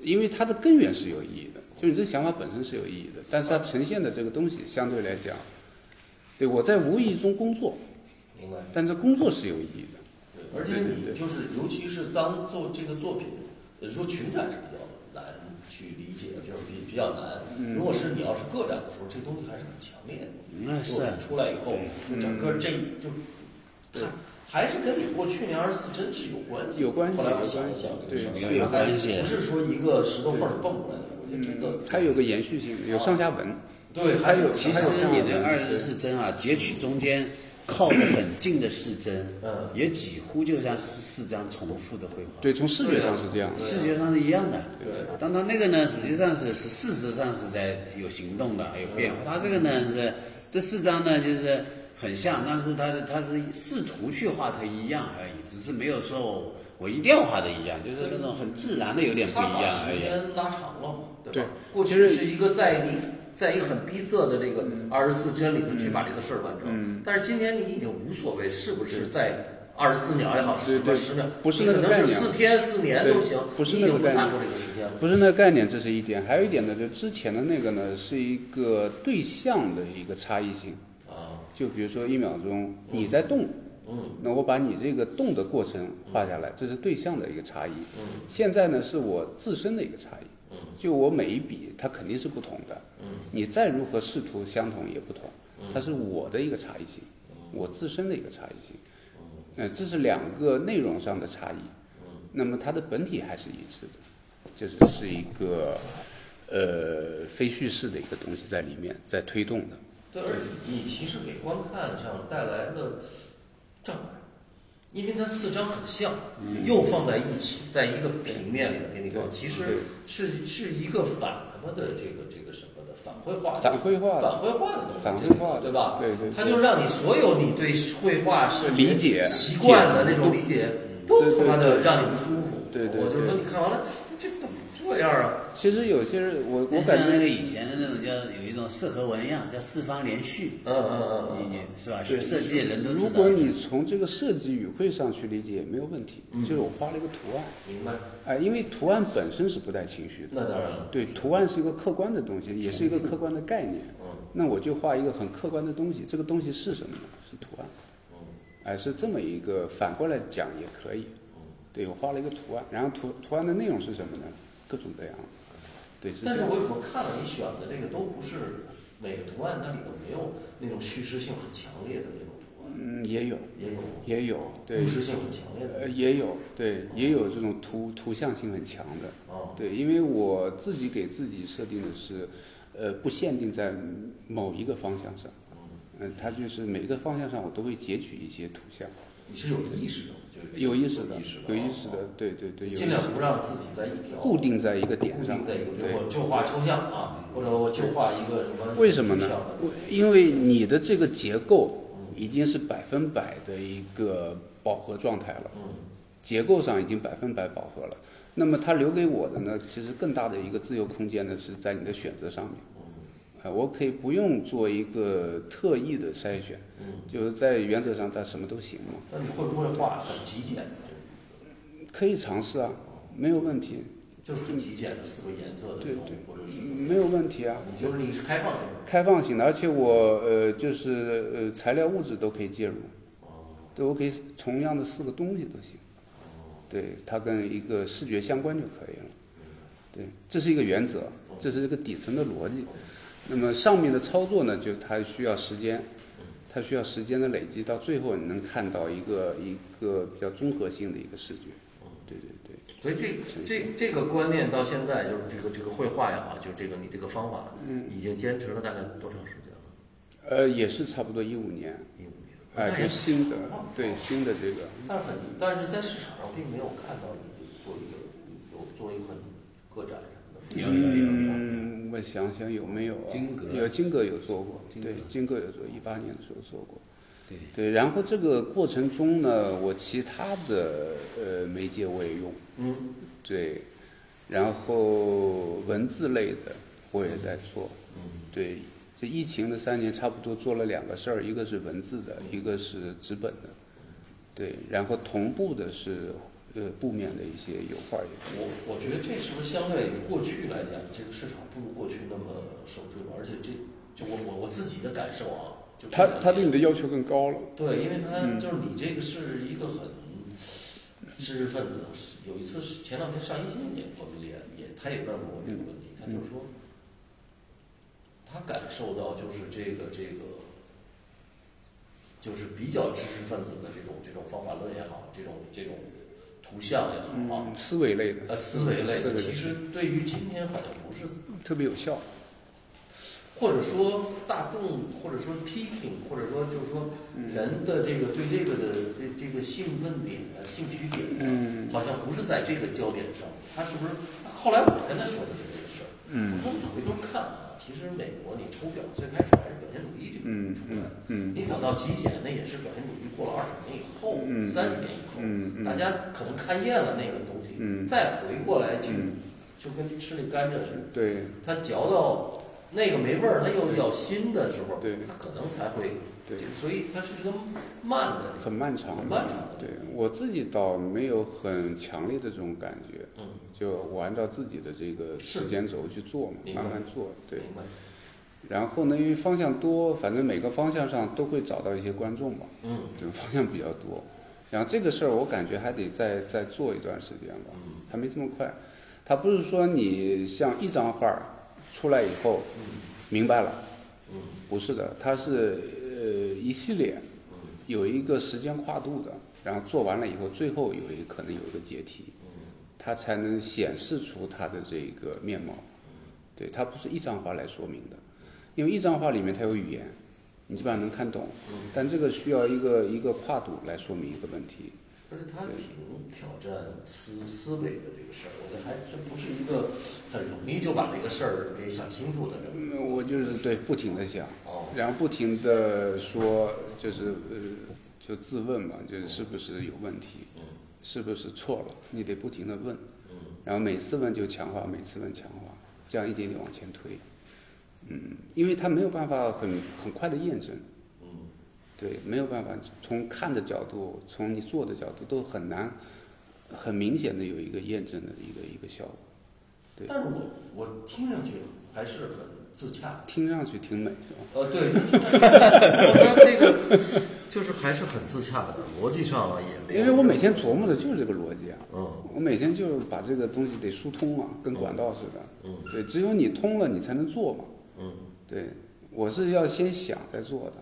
Speaker 2: 因为它的根源是有意义的，就你这想法本身是有意义的，但是它呈现的这个东西相对来讲，对我在无意中工作，
Speaker 1: 明白。
Speaker 2: 但这工作是有意义的。
Speaker 1: 而且你就是，尤其是当做这个作品，也就是说群展是比较难去理解，就是比比较
Speaker 2: 嗯
Speaker 1: 难。如果是你要是个展的时候，这东西还是很强烈的。
Speaker 2: 嗯
Speaker 3: 那是啊
Speaker 1: 作品出来以后，整个这就
Speaker 2: 对
Speaker 1: 它还是跟你过去年二十四真是有关系。
Speaker 2: 有关系
Speaker 1: 后来我
Speaker 2: 有
Speaker 1: 想
Speaker 2: 关
Speaker 1: 一
Speaker 2: 系
Speaker 1: 想，这个事
Speaker 2: 对
Speaker 1: 儿
Speaker 3: 有有关系
Speaker 1: 它不是说一个石头缝儿蹦出来的，我觉得这个
Speaker 2: 嗯它有个延续性，有上下文。
Speaker 1: 对，还有
Speaker 3: 其
Speaker 1: 还
Speaker 3: 实
Speaker 1: 有这样
Speaker 3: 你
Speaker 1: 的
Speaker 3: 的二十四针啊，截取中间靠得很近的四针，
Speaker 1: 嗯
Speaker 3: 也几乎就像是四张重复的绘画，
Speaker 2: 对，从视觉上是这样的。
Speaker 3: 视觉上是一样的。
Speaker 1: 对，
Speaker 3: 但它那个呢，实际上是是事实上是在有行动的，有变
Speaker 2: 嗯
Speaker 3: 化。它这个呢是这四张呢就是很像，但是它是它是试图去画成一样而已，只是没有说我我一定要画的一样，就是那种很自然的有点不
Speaker 1: 他
Speaker 3: 一
Speaker 1: 把
Speaker 2: 嗯
Speaker 3: 样而
Speaker 1: 时
Speaker 3: 已。
Speaker 1: 间拉长了嘛，
Speaker 2: 对
Speaker 1: 吧？过去是一个在你在一个很逼仄的这个
Speaker 2: 嗯
Speaker 1: 二十四帧里头去把这个事儿完成，但是今天你已经无所谓是不是在二十四秒也好，
Speaker 2: 对
Speaker 1: 十
Speaker 2: 对
Speaker 1: 十秒，
Speaker 2: 不是
Speaker 1: 你
Speaker 2: 那
Speaker 1: 可
Speaker 2: 个
Speaker 1: 能是
Speaker 2: 概念
Speaker 1: 四天四年都行，
Speaker 2: 对不是
Speaker 1: 你已经
Speaker 2: 那
Speaker 1: 不
Speaker 2: 个概念
Speaker 1: 在乎这个时间了。
Speaker 2: 不是那个概念，这是一点。还有一点呢，就之前的那个呢，是一个对象的一个差异性。
Speaker 1: 啊，
Speaker 2: 就比如说一秒钟你在动，
Speaker 1: 嗯，
Speaker 2: 那我把你这个动的过程画下来，这是对象的一个差异。
Speaker 1: 嗯
Speaker 2: 现在呢，是我自身的一个差异。
Speaker 1: 嗯
Speaker 2: 就我每一笔，它肯定是不同的。
Speaker 1: 嗯
Speaker 2: 你再如何试图相同也不同，它是我的一个差异性，我自身的一个差异性。嗯，这是两个内容上的差异。那么它的本体还是一致的，就是是一个呃非叙事的一个东西在里面在推动的。
Speaker 1: 对，而且你其实给观看上带来了障碍，因为它四张很像，又放在一起，在一个平面里头给你放，
Speaker 2: 对
Speaker 1: 其实是是一个反什么的这个这个什么的反绘画的
Speaker 2: 反绘画的
Speaker 1: 反绘画的东西，
Speaker 2: 反绘画的
Speaker 1: 对吧？
Speaker 2: 对对对
Speaker 1: 它就让你所有你对绘画是
Speaker 2: 理解
Speaker 1: 习惯的那种理解，都
Speaker 2: 对对
Speaker 1: 他妈的
Speaker 2: 对
Speaker 1: 让你不舒服。
Speaker 2: 对对
Speaker 1: 我就说
Speaker 2: 对
Speaker 1: 你看完了，这怎么这样啊？
Speaker 2: 其实有些人，我我
Speaker 3: 我
Speaker 2: 感
Speaker 3: 感觉那个
Speaker 2: 觉
Speaker 3: 以前的那种叫有一种四合纹样，叫四方连续，
Speaker 1: 嗯嗯嗯嗯
Speaker 3: 你你是吧？
Speaker 2: 对
Speaker 3: 学设计的人都知道。
Speaker 2: 如果你从这个设计语汇上去理解也没有问题，
Speaker 3: 嗯
Speaker 2: 就是我画了一个图案，
Speaker 1: 明白？
Speaker 2: 哎、因为图案本身是不带情绪的，
Speaker 1: 那当然了，
Speaker 2: 对，图案是一个客观的东西，也是一个客观的概念。
Speaker 1: 嗯
Speaker 2: 那我就画一个很客观的东西，这个东西是什么呢？是图案，
Speaker 1: 嗯
Speaker 2: 哎、是这么一个，反过来讲也可以。对我画了一个图案，然后图图案的内容是什么呢？各种各样的。对，是这
Speaker 1: 但是
Speaker 2: 样。
Speaker 1: 我我看了你选的这个都不是每个图案，它里头没有那种叙事性很强烈的那种图案，
Speaker 2: 嗯，也有，
Speaker 1: 也有
Speaker 2: 也有，对
Speaker 1: 故，事性很强烈的
Speaker 2: 呃，也有，对，也有这种图图像性很强的。
Speaker 1: 啊，
Speaker 2: 对，因为我自己给自己设定的是，呃，不限定在某一个方向上，嗯，它就是每个方向上我都会截取一些图像，
Speaker 1: 你是有意识的，就是
Speaker 2: 有意识的
Speaker 1: 有意识，的，
Speaker 2: 有意识
Speaker 1: 啊
Speaker 2: 的，对对对，有意识
Speaker 1: 尽量不
Speaker 2: 的
Speaker 1: 让自己在一条
Speaker 2: 固定在一个点
Speaker 1: 固
Speaker 2: 上
Speaker 1: 定，在一个，比
Speaker 2: 对
Speaker 1: 如我就画抽象啊，或者我就画一个什么
Speaker 2: 为什么呢
Speaker 1: 具象的？
Speaker 2: 因为你的这个结构已经是百分百的一个饱和状态了，
Speaker 1: 嗯
Speaker 2: 结构上已经百分百饱和了。那么它留给我的呢，其实更大的一个自由空间呢，是在你的选择上面。
Speaker 1: 嗯
Speaker 2: 啊，我可以不用做一个特意的筛选，就是在原则上它什么都行嘛，
Speaker 1: 嗯那你会不会画很极简的？
Speaker 2: 可以尝试啊，没有问题，
Speaker 1: 就是很极简的四个颜色的这种，或者是
Speaker 2: 没有问题啊。
Speaker 1: 你就是你是开放性的，
Speaker 2: 开放性的，而且我呃就是呃材料物质都可以介入，
Speaker 1: 啊
Speaker 2: 对我可以同样的四个东西都行，对它跟一个视觉相关就可以了，对，这是一个原则，这是一个底层的逻辑。那么上面的操作呢，就它需要时间，它需要时间的累积，到最后你能看到一个一个比较综合性的一个视觉，对对对。
Speaker 1: 所以这这这个观念到现在就是这个这个绘画也好，就这个你这个方法，嗯，已经坚持了大概多长时间了？
Speaker 2: 呃，也是差不多一五年，
Speaker 1: 一五年，
Speaker 2: 哎、
Speaker 1: 但
Speaker 2: 就
Speaker 1: 也
Speaker 2: 新的，对新的这个，
Speaker 1: 但是很，但是在市场上并没有看到你做一个有做一款个展什么的，
Speaker 3: 有有有有，
Speaker 2: 嗯，我想想有没有啊？
Speaker 3: 金格
Speaker 2: 有金格有做过，
Speaker 3: 金
Speaker 2: 对
Speaker 3: 格，
Speaker 2: 金格有做，一八年的时候做过。
Speaker 3: 对，
Speaker 2: 对，然后这个过程中呢，我其他的呃媒介我也用，
Speaker 1: 嗯，
Speaker 2: 对，然后文字类的我也在做，对，这疫情的三年差不多做了两个事儿，一个是文字的，一个是纸本的，对，然后同步的是呃布面的一些油画也
Speaker 1: 我我觉得这是不是相对过去来讲，这个市场不如过去那么受追捧，而且这就我我我自己的感受啊，就这
Speaker 2: 他
Speaker 1: 两
Speaker 2: 他
Speaker 1: 年
Speaker 2: 对你的要求更高了。
Speaker 1: 对，因为他
Speaker 2: 嗯
Speaker 1: 就是你这个是一个很知识分子。有一次是前两天上一新也我们也也他也问过我这个问题，他
Speaker 2: 嗯
Speaker 1: 就是说，他感受到就是这个这个，就是比较知识分子的这种这种方法论也好，这种这种图像也好啊，
Speaker 2: 嗯，思维类的，嗯
Speaker 1: 呃思维类
Speaker 2: 思
Speaker 1: 的，
Speaker 2: 维类
Speaker 1: 其实对于今天好像不是
Speaker 2: 特别有效。
Speaker 1: 或者说大众，或者说批评，或者说就是说
Speaker 2: 嗯
Speaker 1: 人的这个对这个的这这个兴奋点、啊兴趣点，
Speaker 2: 嗯
Speaker 1: 好像不是在这个焦点上。他是不是？后来我跟他说的是这个事儿，我
Speaker 2: 嗯
Speaker 1: 说你回头看啊，其实美国你抽表最开始还是表现主义这个
Speaker 2: 嗯
Speaker 1: 出来
Speaker 2: 嗯
Speaker 1: 的，
Speaker 2: 嗯
Speaker 1: 你等到极简那也是表现主义过了二十年以后
Speaker 2: 嗯、
Speaker 1: 三十年以后，
Speaker 2: 嗯
Speaker 1: 大
Speaker 2: 嗯，
Speaker 1: 家可能看厌了那个东西，
Speaker 2: 嗯
Speaker 1: 再回过来去，
Speaker 2: 嗯
Speaker 1: 就跟吃那甘蔗似的。
Speaker 2: 对
Speaker 1: 它嚼到那个没味儿，它又要新的时候，
Speaker 2: 对
Speaker 1: 它可能才会，
Speaker 2: 对
Speaker 1: 就，所以它是一个慢的，
Speaker 2: 很漫长
Speaker 1: 很。漫长的。
Speaker 2: 对我自己倒没有很强烈的这种感觉，
Speaker 1: 嗯，
Speaker 2: 就我按照自己的这个
Speaker 1: 是
Speaker 2: 时间轴去做嘛，
Speaker 1: 明白
Speaker 2: 慢慢做。对，
Speaker 1: 明白。
Speaker 2: 然后呢，因为方向多，反正每个方向上都会找到一些观众嘛，
Speaker 1: 嗯
Speaker 2: 这种方向比较多。然后这个事儿，我感觉还得再再做一段时间吧，
Speaker 1: 嗯
Speaker 2: 还没这么快。它不是说你像一张画儿出来以后，明白了，
Speaker 1: 嗯
Speaker 2: 不是的，它是呃一系列，有一个时间跨度的，然后做完了以后，最后有一可能有一个解体，它才能显示出它的这个面貌。对，它不是一张画来说明的，因为一张画里面它有语言，你基本上能看懂，但这个需要一个一个跨度来说明一个问题。
Speaker 1: 而且它挺挑战思思维的这个事儿，我觉得还真不是一个很容易就把这个事儿给想清楚的人。
Speaker 2: 嗯，我就是对不停的想，
Speaker 1: 哦，
Speaker 2: 然后不停的说，就是呃，就自问嘛，就是是不是有问题，是不是错了，你得不停的问，
Speaker 1: 嗯
Speaker 2: 然后每次问就强化，每次问强化，这样一点点往前推，嗯，因为他没有办法很很快的验证，
Speaker 1: 嗯，
Speaker 2: 对，没有办法从看的角度，从你做的角度都很难，很明显的有一个验证的一个一个效果，对
Speaker 1: 但是我我听上去还是很自洽。
Speaker 2: 听上去挺美是吧？
Speaker 1: 呃， 对，我觉得这个就是还是很自洽的，逻辑上啊也没有。
Speaker 2: 因为我每天琢磨的就是这个逻辑啊，
Speaker 1: 嗯
Speaker 2: 我每天就是把这个东西得疏通啊，跟管道似的。
Speaker 1: 嗯
Speaker 2: 对，只有你通了，你才能做嘛。
Speaker 1: 嗯，
Speaker 2: 对，我是要先想再做的。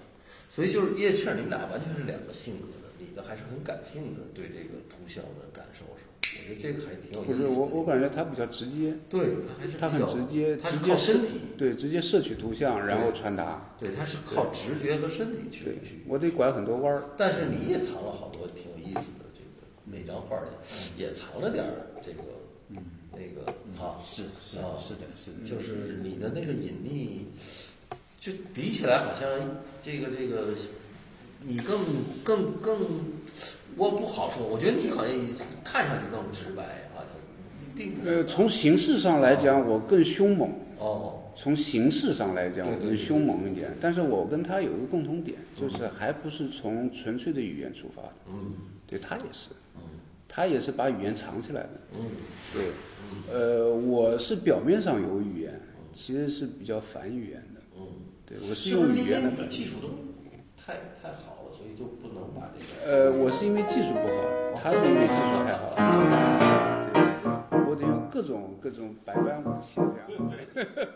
Speaker 1: 所以就是叶倩儿，你们俩完全是两个性格的，你的还是很感性的，对这个图像的感受是吧，我觉得这个还挺有意
Speaker 2: 不
Speaker 1: 思
Speaker 2: 是
Speaker 1: 的。
Speaker 2: 我，我感觉他比较直接，
Speaker 1: 对他还是
Speaker 2: 他
Speaker 1: 比
Speaker 2: 很
Speaker 1: 较
Speaker 2: 直接，
Speaker 1: 他是
Speaker 2: 直
Speaker 1: 靠
Speaker 2: 接
Speaker 1: 身
Speaker 2: 摄
Speaker 1: 体，
Speaker 2: 对，直接摄取图像，然后传达。
Speaker 1: 对，他是靠直觉和身体去
Speaker 2: 对
Speaker 1: 去，
Speaker 2: 我得拐很多弯儿。
Speaker 1: 但是你也藏了好多挺有意思的这个，每张画里
Speaker 2: 嗯
Speaker 1: 也藏了点儿这个，那个哈，
Speaker 3: 是是
Speaker 2: 哦
Speaker 1: 啊
Speaker 3: 是的，是的，
Speaker 1: 就是你的那个隐匿，就比起来好像这个这个，你更更更，我不好说，我觉得你好像看上去更直白啊，并不
Speaker 2: 呃，从形式上来讲，我更凶猛。
Speaker 1: 哦，
Speaker 2: 从形式上来讲，
Speaker 1: 对
Speaker 2: 我
Speaker 1: 对
Speaker 2: 更凶猛一点，但是我跟他有一个共同点，就是还不是从纯粹的语言出发的，
Speaker 1: 嗯
Speaker 2: 对他也是，
Speaker 1: 嗯
Speaker 2: 他也是把语言藏起来的。
Speaker 1: 嗯
Speaker 2: 对，呃，我是表面上有语言，其实是比较反语言的。
Speaker 1: 嗯，
Speaker 2: 对我是
Speaker 1: 是不是
Speaker 2: 用
Speaker 1: 那
Speaker 2: 语
Speaker 1: 些
Speaker 2: 言来
Speaker 1: 你的
Speaker 2: 反。
Speaker 1: 技术都太太好了，所以就不能把这个。
Speaker 2: 呃，我是因为技术不好，他是因为技术太好了。对对，我得用各种各种百般武器这样。